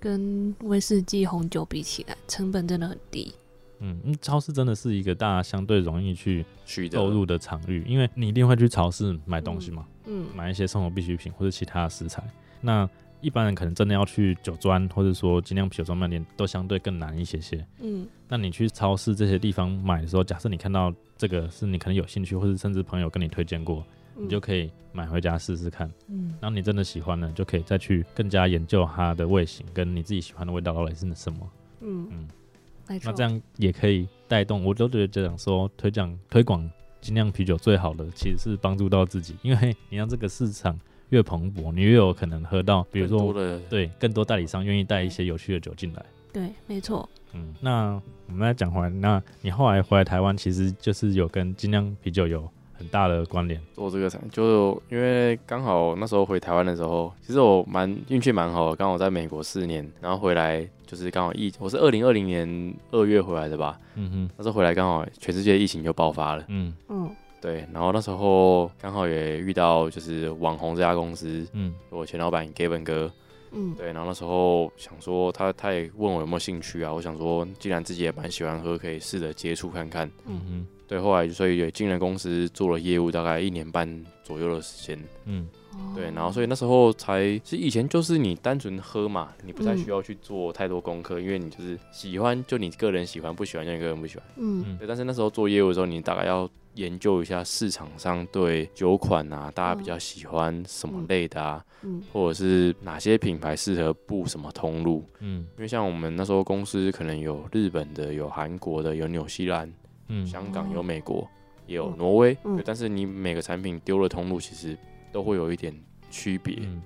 Speaker 3: 跟威士忌、红酒比起来，成本真的很低。
Speaker 1: 嗯嗯，超市真的是一个大家相对容易去
Speaker 4: 去的
Speaker 1: 购入的场域，因为你一定会去超市买东西嘛，
Speaker 3: 嗯，
Speaker 1: 买一些生活必需品或者其他的食材。那一般人可能真的要去酒庄，或者说精酿啤酒专卖店，都相对更难一些些。
Speaker 3: 嗯，
Speaker 1: 那你去超市这些地方买的时候，假设你看到这个是你可能有兴趣，或者甚至朋友跟你推荐过，你
Speaker 3: 你
Speaker 1: 就可以买回家试试看。
Speaker 3: 嗯
Speaker 1: 然后你真的喜欢了，就可以再去更加研究它的味型跟你自己喜欢的味道到底是什么。
Speaker 3: 嗯
Speaker 1: 嗯
Speaker 3: 嗯，没错
Speaker 1: 那这样也可以带动，我都觉得这样说推广推广精酿啤酒最好的其实是帮助到自己，因为 *laughs* 你让这个市场越蓬勃，你越有可能喝到，比如
Speaker 4: 更多
Speaker 1: 说
Speaker 4: 的
Speaker 1: 对更多代理商愿意带一些有趣的酒进来。
Speaker 3: 对，没错。
Speaker 1: 嗯，那我们来讲回来，那你后来回来台湾，其实就是有跟精酿啤酒有很大的关联。
Speaker 4: 做这个产，就因为刚好那时候回台湾的时候，其实我蛮运气蛮好的，刚好在美国四年，然后回来就是刚好疫，我是二零二零年二月回来的吧，
Speaker 1: 嗯哼，
Speaker 4: 那时候回来刚好全世界疫情就爆发了，
Speaker 1: 嗯
Speaker 3: 嗯
Speaker 4: 对，然后那时候刚好也遇到就是网红这家公司，
Speaker 1: 嗯
Speaker 4: 我前老板 Gavin 哥，
Speaker 3: 嗯
Speaker 4: 对，然后那时候想说他他也问我有没有兴趣啊，我想说既然自己也蛮喜欢喝，可以试着接触看看，
Speaker 1: 嗯哼，
Speaker 4: 对，后来所以也进了公司做了业务大概一年半左右的时间。
Speaker 1: 嗯
Speaker 4: 对，
Speaker 3: 哦
Speaker 4: 然后所以那时候才，其实以前就是你单纯喝嘛，你不太
Speaker 3: 嗯
Speaker 4: 需要去做太多功课，因为你就是喜欢就你个人喜欢，不喜欢就你个人不喜欢。
Speaker 3: 嗯
Speaker 4: 对，但是那时候做业务的时候，你大概要研究一下市场上对酒款啊，大家比较喜欢什么类的啊，
Speaker 3: 嗯
Speaker 4: 或者是哪些品牌适合布什么通路。
Speaker 1: 嗯
Speaker 4: 因为像我们那时候公司可能有日本的，有韩国的，有纽西兰，
Speaker 1: 嗯，
Speaker 4: 香港有
Speaker 3: 哦
Speaker 4: 美国，也有
Speaker 3: 嗯
Speaker 4: 挪威，
Speaker 3: 嗯
Speaker 4: 对但是你每个产品丢了通路，其实都会有一点区别，
Speaker 1: 嗯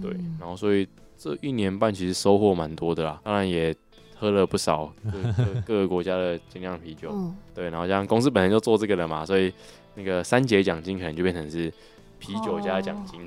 Speaker 4: 对
Speaker 3: 嗯，
Speaker 4: 然后所以这一年半其实收获蛮多的啦，当然也喝了不少各各各个国家的精酿啤酒，
Speaker 3: 嗯
Speaker 4: 对，然后像公司本来就做这个的嘛，所以那个三节奖金可能就变成是啤酒加奖金，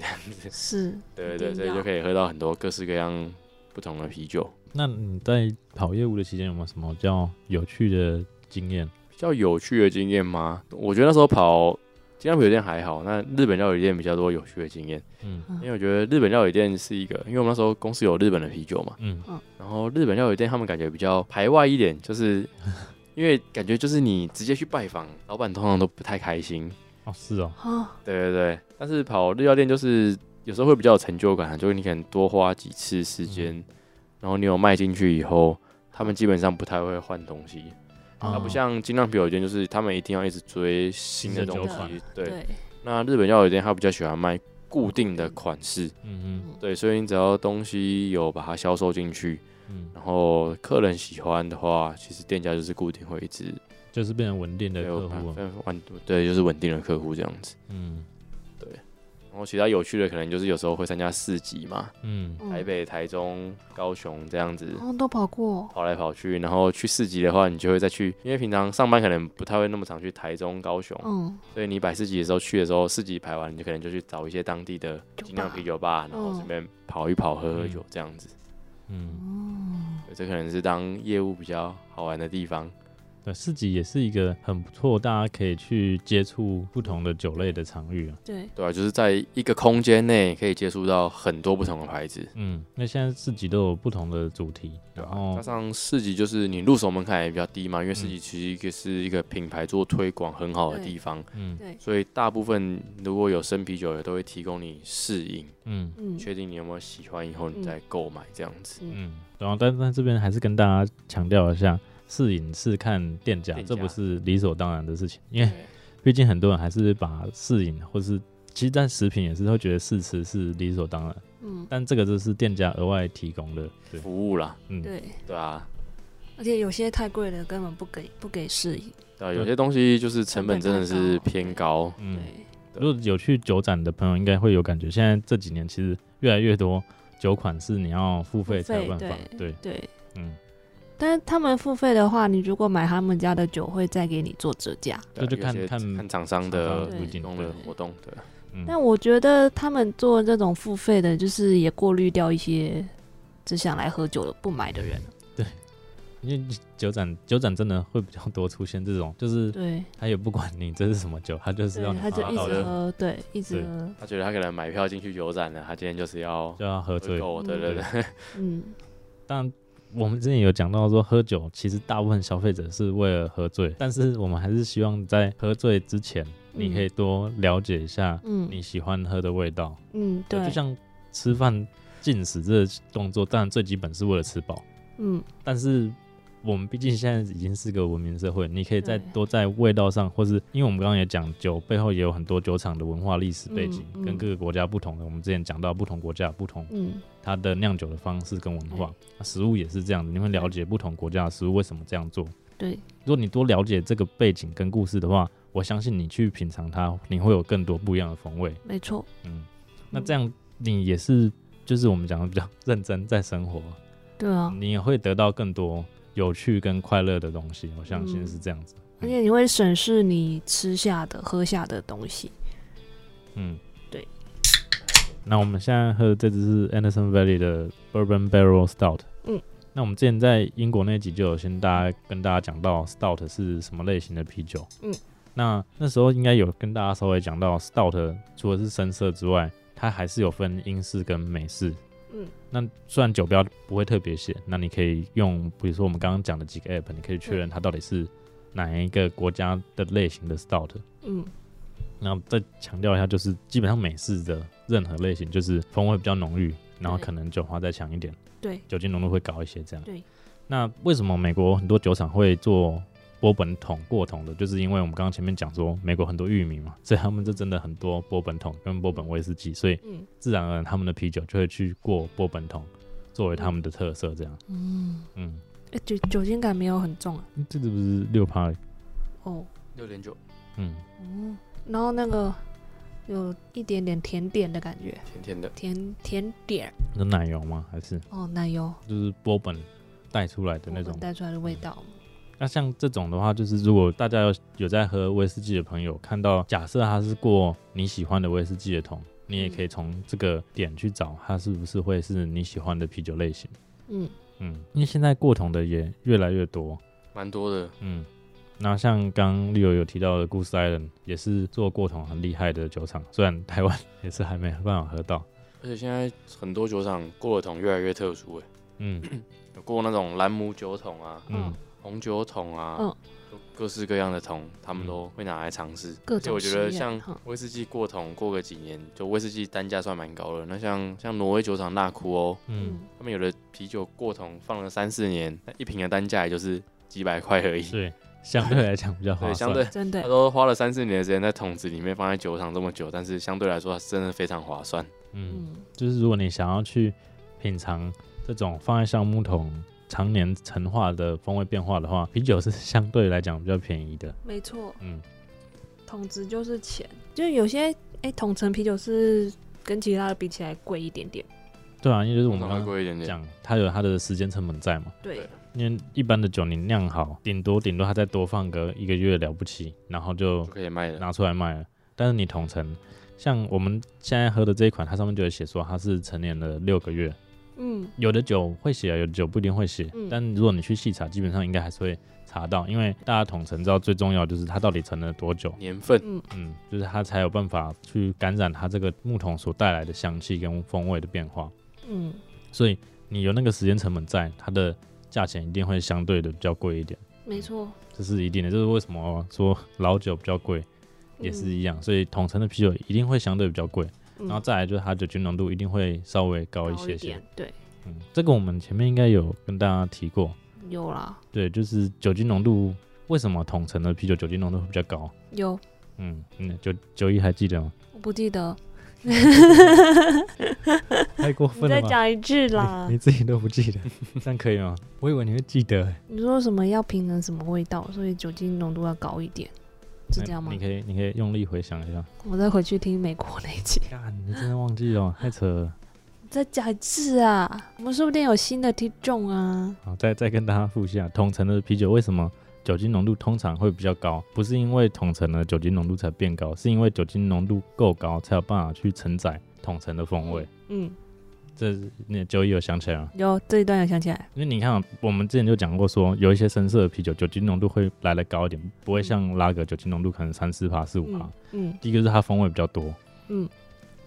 Speaker 3: 是，
Speaker 4: 对对对，
Speaker 3: 哦一定
Speaker 4: 所以就
Speaker 3: 要
Speaker 4: 可以喝到很多各式各样不同的啤酒。
Speaker 1: 那你在跑业务的期间有没有什么比较有趣的经验？
Speaker 4: 比较有趣的经验吗？我觉得那时候跑精酿啤酒店还好，那日本料理店比较多有趣的经验。
Speaker 1: 嗯
Speaker 4: 因为我觉得日本料理店是一个，因为我们那时候公司有日本的啤酒嘛，
Speaker 1: 嗯
Speaker 4: 然后日本料理店他们感觉比较排外一点，就是 *laughs* 因为感觉就是你直接去拜访，老板通常都不太开心。
Speaker 1: 哦是哦，
Speaker 3: 啊，
Speaker 4: 对对对，但是跑日料店就是有时候会比较有成就感，啊就是你可能多花几次
Speaker 1: 嗯
Speaker 4: 时间，然后你有卖进去以后，他们基本上不太会换东西。
Speaker 1: 啊
Speaker 4: 它不像精酿啤酒店，就是他们一定要一直追新的东
Speaker 1: 新的酒
Speaker 4: 西
Speaker 1: 款。
Speaker 4: 对，，那日本料理店他比较喜欢卖固定的款式，
Speaker 1: 嗯
Speaker 4: 对，所以你只要东西有把它销售进去，
Speaker 1: 嗯嗯，
Speaker 4: 然后客人喜欢的话，其实店家就是固定会一直
Speaker 1: 就是变成稳定的
Speaker 4: 对
Speaker 1: 客户啊
Speaker 4: 反
Speaker 1: 了。
Speaker 4: 正稳对，就是稳定的客户这样子。
Speaker 1: 嗯
Speaker 4: 然后其他有趣的可能就是有时候会参加市集嘛，
Speaker 1: 嗯
Speaker 4: 台北、台中、高雄这样子。
Speaker 3: 哦都跑过，
Speaker 4: 跑来跑去，然后去市集的话，你就会再去，因为平常上班可能不太会那么常去台中、高雄，
Speaker 3: 嗯
Speaker 4: 所以你摆市集的时候去的时候，市集排完，你就可能就去找一些当地的
Speaker 3: 酒吧
Speaker 4: 精酿啤酒吧，然后
Speaker 3: 嗯
Speaker 4: 顺便跑一跑、喝喝酒这样子。
Speaker 1: 嗯，
Speaker 3: 嗯
Speaker 4: 对这可能是当业务比较好玩的地方。
Speaker 1: 对，市集也是一个很不错，大家可以去接触不同的酒类的场域啊。
Speaker 3: 对，
Speaker 4: 对啊，就是在一个空间内可以接触到很多不同的牌子，
Speaker 1: 嗯，那现在市集都有不同的主题，
Speaker 4: 对
Speaker 1: 然
Speaker 4: 吧、
Speaker 1: 后
Speaker 4: 加上市集，就是你入手门槛也比较低嘛，因为市集其实一个是一个品牌做推广很好的地方，
Speaker 1: 嗯
Speaker 4: 所以大部分如果有生啤酒也都会提供你试饮，
Speaker 1: 嗯
Speaker 3: 嗯，
Speaker 4: 确定你有没有喜欢以后你再购买这样子。
Speaker 1: 嗯，然后但但这边还是跟大家强调一下，试饮是看店家，
Speaker 4: 店
Speaker 1: 这
Speaker 4: 家
Speaker 1: 不是理所当然的事情，因为毕竟很多人还是把试饮或是其实在食品也是会觉得试吃是理所当然，
Speaker 3: 嗯
Speaker 1: 但这个就是店家额外提供的，对，
Speaker 4: 服务啦，
Speaker 1: 嗯，
Speaker 3: 对，
Speaker 4: 对啊，
Speaker 3: 而且有些太贵了，根本不给不给适应，
Speaker 4: 对啊，有些东西就是成本真的是偏高，
Speaker 1: 嗯。
Speaker 3: 对，
Speaker 1: 如果有去酒展的朋友，应该会有感觉。现在这几年其实越来越多酒款是你要付费才有办法
Speaker 3: 付费。
Speaker 1: 对，
Speaker 3: 对，
Speaker 1: 嗯，
Speaker 3: 但是他们付费的话，你如果买他们家的酒，会再给你做折价。
Speaker 4: 对啊
Speaker 1: 这就看
Speaker 4: 有些
Speaker 1: 看
Speaker 4: 看厂商
Speaker 1: 厂
Speaker 4: 的
Speaker 1: 商
Speaker 3: 对
Speaker 1: 路
Speaker 4: 提
Speaker 1: 径
Speaker 4: 供
Speaker 1: 对
Speaker 4: 的活动，对啊，
Speaker 1: 嗯
Speaker 3: 但我觉得他们做这种付费的，就是也过滤掉一些只想来喝酒的不买的人。
Speaker 1: 对因为酒展酒展真的会比较多出现这种，就是
Speaker 3: 对，
Speaker 1: 他也不管你这是什么酒，他就是
Speaker 3: 对
Speaker 1: 要，你
Speaker 3: 他就
Speaker 1: 把它
Speaker 3: 一
Speaker 1: 倒
Speaker 3: 直
Speaker 1: 了
Speaker 3: 喝，对，一直
Speaker 1: 对
Speaker 3: 喝，
Speaker 4: 他觉得他可能买票进去酒展了，他今天就是要
Speaker 1: 就要喝
Speaker 4: 喝
Speaker 1: 醉。
Speaker 4: 够，对对对，
Speaker 3: 嗯，
Speaker 1: 但我们之前有讲到说，喝酒其实大部分消费者是为了喝醉，但是我们还是希望在喝醉之前，你可以多了解一下
Speaker 3: 嗯
Speaker 1: 你喜欢喝的味道。
Speaker 3: 嗯，对，
Speaker 1: 就像吃饭进食这个动作，当然最基本是为了吃饱，
Speaker 3: 嗯，
Speaker 1: 但是我们毕竟现在已经是个文明社会，你可以再
Speaker 3: 对
Speaker 1: 多在味道上，或是因为我们刚刚也讲酒背后也有很多酒厂的文化历史背景，
Speaker 3: 嗯嗯
Speaker 1: 跟各个国家不同的。我们之前讲到不同国家有不同
Speaker 3: 嗯，
Speaker 1: 它的酿酒的方式跟文化，那食物也是这样子，你会了解不同国家的食物为什么这样做。
Speaker 3: 对，
Speaker 1: 如果你多了解这个背景跟故事的话，我相信你去品尝它，你会有更多不一样的风味。
Speaker 3: 没错，
Speaker 1: 嗯，那这样你也是，就是我们讲的比较认真在生活，
Speaker 3: 对啊，
Speaker 1: 你也会得到更多有趣跟快乐的东西。我相信
Speaker 3: 嗯
Speaker 1: 是这样子。
Speaker 3: 而且你会审视你吃下的、喝下的东西，
Speaker 1: 嗯，
Speaker 3: 对。
Speaker 1: 那我们现在喝的这支是 Anderson Valley 的 Bourbon Barrel Stout。
Speaker 3: 嗯，
Speaker 1: 那我们之前在英国那集就有先大家跟大家讲到 Stout 是什么类型的啤酒。
Speaker 3: 嗯，
Speaker 1: 那那时候应该有跟大家稍微讲到 Stout 除了是深色之外，它还是有分英式跟美式。
Speaker 3: 嗯，
Speaker 1: 那虽然酒标不会特别写，那你可以用比如说我们刚刚讲的几个 app，你可以确
Speaker 3: 嗯
Speaker 1: 认它到底是哪一个国家的类型的 Stout。
Speaker 3: 嗯，
Speaker 1: 那再强调一下，就是基本上美式的任何类型，就是风味比较浓郁，然后
Speaker 3: 对
Speaker 1: 可能酒花再强一点，
Speaker 3: 对，
Speaker 1: 酒精浓度会高一些。这样。
Speaker 3: 对。
Speaker 1: 那为什么美国很多酒厂会做波本桶过桶的？就是因为我们刚刚前面讲说，美国很多玉米嘛，所以他们就真的很多波本桶跟波本威士忌，所以
Speaker 3: 嗯
Speaker 1: 自然而然他们的啤酒就会去过波本桶，作为他们的特色。这样。
Speaker 3: 嗯，
Speaker 1: 嗯，
Speaker 3: 诶酒酒精感没有很重啊，
Speaker 1: 这个不是六趴？
Speaker 3: 哦，
Speaker 4: *laughs* 六点九
Speaker 1: 嗯，
Speaker 3: 嗯，然后那个有一点点甜点的感觉，
Speaker 4: 甜甜的，
Speaker 3: 甜甜点
Speaker 1: 有奶油吗？还是
Speaker 3: 哦，奶油
Speaker 1: 就是波本带出来的那
Speaker 3: 我
Speaker 1: 种嗯
Speaker 3: 们？带出来的味道，
Speaker 1: 那像这种的话，就是如果大家有有在喝威士忌的朋友，看到假设它是过你喜欢的威士忌的桶，你也可以从这个点去找它是不是会是你喜欢的啤酒类型。
Speaker 3: 嗯
Speaker 1: 嗯，因为现在过桶的也越来越多。
Speaker 4: 蛮多的，
Speaker 1: 嗯，那像刚丽友有提到的 Goose Island 也是做过桶很厉害的酒厂，虽然台湾也是还没办法喝到。
Speaker 4: 而且现在很多酒厂过的桶越来越特殊哎，
Speaker 1: 嗯
Speaker 4: 有过那种兰姆酒桶啊、
Speaker 1: 嗯
Speaker 3: 嗯，
Speaker 4: 红酒桶啊，
Speaker 3: 嗯
Speaker 4: 各式各样的桶，他们
Speaker 1: 嗯
Speaker 4: 都会拿来尝试。
Speaker 3: 各
Speaker 4: 而且
Speaker 3: 种
Speaker 4: 我觉得
Speaker 3: 实验嗯
Speaker 4: 像
Speaker 3: 哈
Speaker 4: 威士忌过桶过个几年，就威士忌单价算蛮高的。那像像挪威酒厂纳库哦，
Speaker 1: 嗯，
Speaker 4: 他们有的啤酒过桶放了三四年，那一瓶的单价也就是几百块而已。
Speaker 1: 对，相对来讲比较划
Speaker 4: 对，
Speaker 1: 算
Speaker 4: 相。对
Speaker 3: 真
Speaker 4: 他
Speaker 3: 的
Speaker 4: 都花了三四年的时间在桶子里面放在酒厂这么久，但是相对来说它真的非常划算。
Speaker 1: 嗯。
Speaker 3: 嗯
Speaker 1: 就是如果你想要去品尝这种放在橡木桶常年陈化的风味变化的话，啤酒是相对来讲比较便宜的。
Speaker 3: 没错，
Speaker 1: 嗯，
Speaker 3: 桶子就是钱，就有些哎桶陈啤酒是跟其他的比起来贵一点点，
Speaker 1: 对啊，因为就是我
Speaker 4: 通
Speaker 1: 们
Speaker 4: 常
Speaker 1: 刚
Speaker 4: 会
Speaker 1: 刚
Speaker 4: 贵一点点，
Speaker 1: 讲，它有它的时间成本在嘛。
Speaker 3: 对，
Speaker 1: 因为一般的酒你酿好，顶多顶多它再多放个一个月了不起，然后就
Speaker 4: 就可以卖了。
Speaker 1: 拿出来卖了。但是你桶陈，像我们现在喝的这一款，它上面就有写说它是成年了六个月，
Speaker 3: 嗯
Speaker 1: 有的酒会写，有的酒不一定会写。
Speaker 3: 嗯
Speaker 1: 但如果你去细查，基本上应该还是会查到，因为大家统称知道最重要就是它到底存了多久，
Speaker 4: 年份
Speaker 3: 嗯
Speaker 1: 嗯，就是它才有办法去感染它这个木桶所带来的香气跟风味的变化。
Speaker 3: 嗯，
Speaker 1: 所以你有那个时间成本在，它的价钱一定会相对的比较贵一点，
Speaker 3: 没错，
Speaker 1: 这是一定的。这是为什么说老酒比较贵也是一样，所以统称的啤酒一定会相对比较贵，
Speaker 3: 嗯，
Speaker 1: 然后再来就是它酒精浓度一定会稍微高
Speaker 3: 高
Speaker 1: 一些些。
Speaker 3: 点，对，
Speaker 1: 嗯，这个我们前面应该有跟大家提过，
Speaker 3: 有啦，
Speaker 1: 对，就是酒精浓度，为什么桶陈的啤酒酒精浓度会比较高？
Speaker 3: 有，
Speaker 1: 嗯嗯，九九一还记得吗？
Speaker 3: 我不记得，
Speaker 1: *laughs* 太过
Speaker 3: 你
Speaker 1: 分了
Speaker 3: 再
Speaker 1: 吧
Speaker 3: 讲一句
Speaker 1: 你
Speaker 3: 啦
Speaker 1: 你。自己都不记得， *laughs* 这样可以吗？我以为你会记得、欸，
Speaker 3: 你说什么要平衡什么味道，所以酒精浓度要高一点，是这样吗
Speaker 1: 你？可以，你可以用力回想一下。
Speaker 3: 我再回去听美国那一集，
Speaker 1: 干，你真的忘记了，哦太扯了。
Speaker 3: 再讲一次啊！我们说不定有新的听众啊。
Speaker 1: 好，再再跟大家复习一下，桶陈的啤酒为什么酒精浓度通常会比较高？不是因为桶陈的酒精浓度才变高，是因为酒精浓度够高，才有办法去承载桶陈的风味。
Speaker 3: 嗯，
Speaker 1: 这那九一有想起来吗？
Speaker 3: 有这一段有想起来，
Speaker 1: 因为你看啊，我们之前就讲过说有一些深色的啤酒酒精浓度会来的高一点，不会像拉格酒精浓度可能三四趴、四五趴。
Speaker 3: 嗯
Speaker 1: 第一个是它风味比较多，
Speaker 3: 嗯，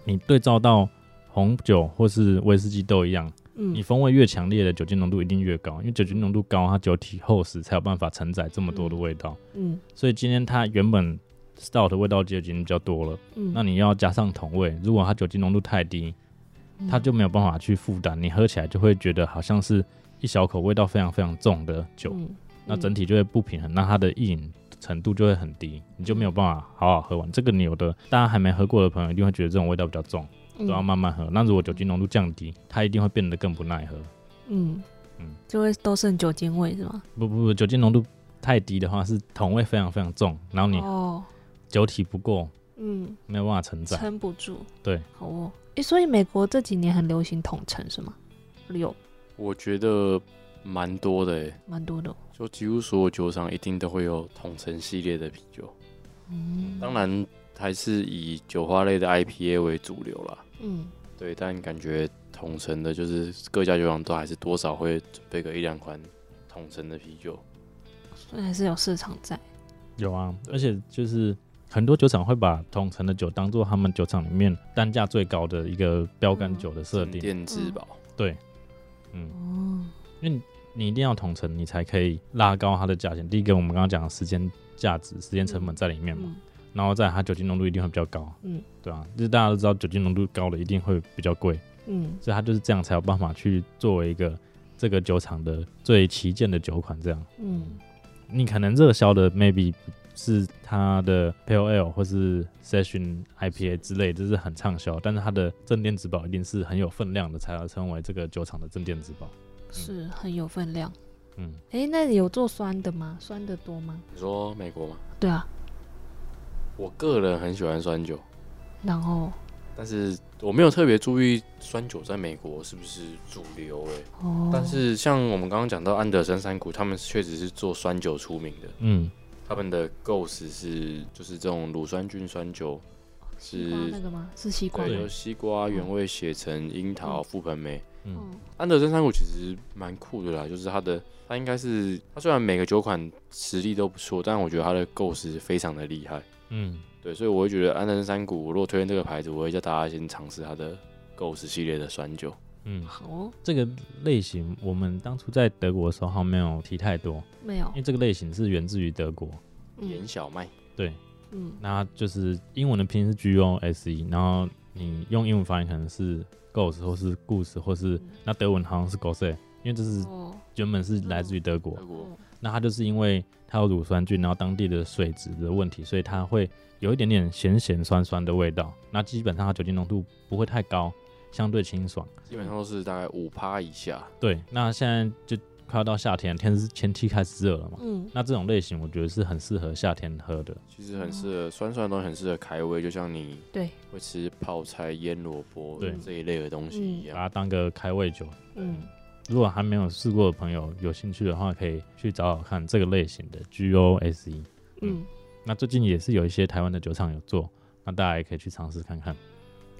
Speaker 1: 你对照到红酒或是威士忌都一样，
Speaker 3: 嗯
Speaker 1: 你风味越强烈的酒精浓度一定越高，因为酒精浓度高，它酒体厚实才有办法承载这么多的味道。
Speaker 3: 嗯
Speaker 1: 所以今天它原本 stout 的味道就已经比较多了，
Speaker 3: 嗯，
Speaker 1: 那你要加上桶味，如果它酒精浓度太低，
Speaker 3: 嗯
Speaker 1: 它就没有办法去负担，你喝起来就会觉得好像是一小口味道非常非常重的酒，
Speaker 3: 嗯
Speaker 1: 那
Speaker 3: 嗯
Speaker 1: 整体就会不平衡，那它的意饮程度就会很低，你就没有办法好好喝完。这个你有的大家还没喝过的朋友一定会觉得这种味道比较重，都要
Speaker 3: 嗯
Speaker 1: 慢慢喝。那如果酒精浓度降低，它一定会变得更不耐喝。
Speaker 3: 嗯
Speaker 1: 嗯
Speaker 3: 就会都剩酒精味是吗？
Speaker 1: 不不不，酒精浓度太低的话是桶味非常非常重，然后你
Speaker 3: 哦，
Speaker 1: 酒体不够，
Speaker 3: 嗯，
Speaker 1: 没有办法承载。
Speaker 3: 撑不住，
Speaker 1: 对，
Speaker 3: 好哦。诶，所以美国这几年很流行统称是吗？有
Speaker 4: 我觉得蛮多的欸，
Speaker 3: 蛮多的哦，
Speaker 4: 就几乎所有酒厂一定都会有统称系列的啤酒，
Speaker 3: 嗯，
Speaker 4: 当然还是以酒花类的 IPA 为主流啦。
Speaker 3: 嗯
Speaker 4: 对，但感觉统称的，就是各家酒厂都还是多少会准备个一两款统称的啤酒。
Speaker 3: 所以还是有市场在，
Speaker 1: 有啊，而且就是很多酒厂会把统称的酒当做他们酒厂里面单价最高的一个标杆酒的设
Speaker 4: 沉
Speaker 1: 定。
Speaker 4: 淀质保，
Speaker 1: 嗯，
Speaker 3: 哦，
Speaker 1: 因为你一定要统称，你才可以拉高它的价钱。第一个，我们刚刚讲的时间价值、时间成本在里面嘛，
Speaker 3: 嗯
Speaker 1: 然后再来它酒精浓度一定会比较高。
Speaker 3: 嗯，
Speaker 1: 对啊，就是大家都知道酒精浓度高的一定会比较贵，
Speaker 3: 嗯
Speaker 1: 所以它就是这样才有办法去作为一个这个酒厂的最旗舰的酒款这样。
Speaker 3: 嗯
Speaker 1: 你可能热销的 maybe 是它的 Pale Ale 或是 Session IPA 之类，这是很畅销，但是它的镇店之宝一定是很有分量的，才要成为这个酒厂的镇店之宝。
Speaker 3: 是很有分量。
Speaker 1: 嗯，
Speaker 3: 诶，那你有做酸的吗？酸的多吗？
Speaker 4: 你说美国吗？
Speaker 3: 对啊，
Speaker 4: 我个人很喜欢酸酒，
Speaker 3: 然后
Speaker 4: 但是我没有特别注意酸酒在美国是不是主流诶、
Speaker 3: 哦，
Speaker 4: 但是像我们刚刚讲到安德森山谷，他们确实是做酸酒出名的，
Speaker 1: 嗯，
Speaker 4: 他们的构思是就是这种乳酸菌酸酒，
Speaker 3: 西瓜
Speaker 4: 是
Speaker 3: 那个吗？是西瓜
Speaker 4: 对，
Speaker 1: 对
Speaker 3: 吗，
Speaker 4: 由西瓜原味写成樱桃覆盆梅。
Speaker 1: 嗯
Speaker 3: 嗯
Speaker 4: 安德森山谷其实蛮酷的啦，就是它的它应该是它虽然每个酒款实力都不错，但我觉得它的构思非常的厉害。
Speaker 1: 嗯，
Speaker 4: 对，所以我会觉得安德森山谷，我如果推荐这个牌子，我会叫大家先尝试它的构思系列的酸酒。
Speaker 1: 嗯，
Speaker 3: 好哦，
Speaker 1: 这个类型我们当初在德国的时候好像没有提太多，
Speaker 3: 没有
Speaker 1: 因为，这个类型是源自于德国。
Speaker 4: 盐
Speaker 3: 嗯
Speaker 4: 小麦，
Speaker 1: 对，
Speaker 3: 嗯
Speaker 1: 那就是英文的拼音是 G O S E，然后你用英文发音可能是 Ghost 或是故事，或是那德文好像是 Ghost，因为这是
Speaker 3: 哦，
Speaker 1: 原本是来自于德国
Speaker 4: 德。国
Speaker 3: 哦
Speaker 1: 那它就是因为它有乳酸菌，然后当地的水质的问题，所以它会有一点点咸咸酸酸的味道。那基本上它酒精浓度不会太高，相对清爽。
Speaker 4: 基本上都是大概五趴以下。
Speaker 1: 对，那现在就快要到夏天，天是前期开始热了嘛。
Speaker 3: 嗯
Speaker 1: 那这种类型我觉得是很适合夏天喝的。
Speaker 4: 其实很适合酸酸的东西，很适合开胃，就像你
Speaker 3: 对，
Speaker 4: 会吃泡菜、腌萝卜
Speaker 1: 对啊
Speaker 4: 这一类的东西一
Speaker 1: 把
Speaker 4: 样。
Speaker 1: 它当个开胃酒。
Speaker 3: 嗯
Speaker 1: 如果还没有试过的朋友有兴趣的话，可以去找找看这个类型的 G O S E。
Speaker 3: 嗯，
Speaker 1: 那最近也是有一些台湾的酒厂有做，那大家也可以去尝试看看。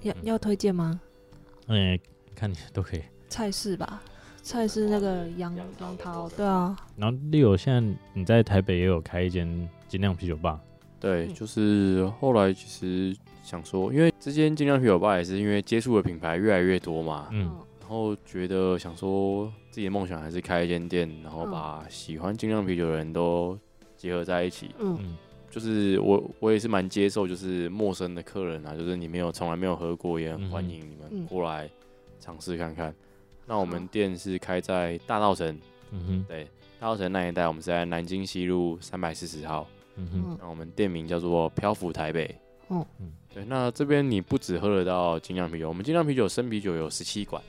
Speaker 3: 要要推荐吗？
Speaker 1: 嗯、看你都可以。
Speaker 3: 菜市吧，菜市那个杨
Speaker 4: 杨桃
Speaker 3: 杨桃，
Speaker 4: 的
Speaker 3: 对啊，
Speaker 1: 然后，Leo，现在你在台北也有开一间精酿啤酒吧，
Speaker 4: 对，
Speaker 3: 嗯
Speaker 4: 就是后来其实想说，因为之前尽量啤酒吧也是因为接触的品牌越来越多嘛，
Speaker 1: 嗯，
Speaker 4: 然后觉得想说自己的梦想还是开一间店，然后
Speaker 3: 嗯
Speaker 4: 把喜欢精酿啤酒的人都结合在一起。
Speaker 3: 嗯
Speaker 1: 嗯
Speaker 4: 就是我我也是蛮接受，就是陌生的客人啊，就是你没有从来没有喝过，也很欢迎你
Speaker 3: 嗯
Speaker 4: 们过来尝试看看。那我们店是开在大稻城，
Speaker 1: 嗯哼，
Speaker 4: 对，大稻城那一带，我们是在南京西路三百四十号。
Speaker 1: 嗯哼，
Speaker 3: 嗯
Speaker 4: 那我们店名叫做漂浮台北。
Speaker 3: 哦
Speaker 1: 嗯
Speaker 4: 对，那这边你不只喝得到精酿啤酒，我们精酿啤酒生啤酒有十七款，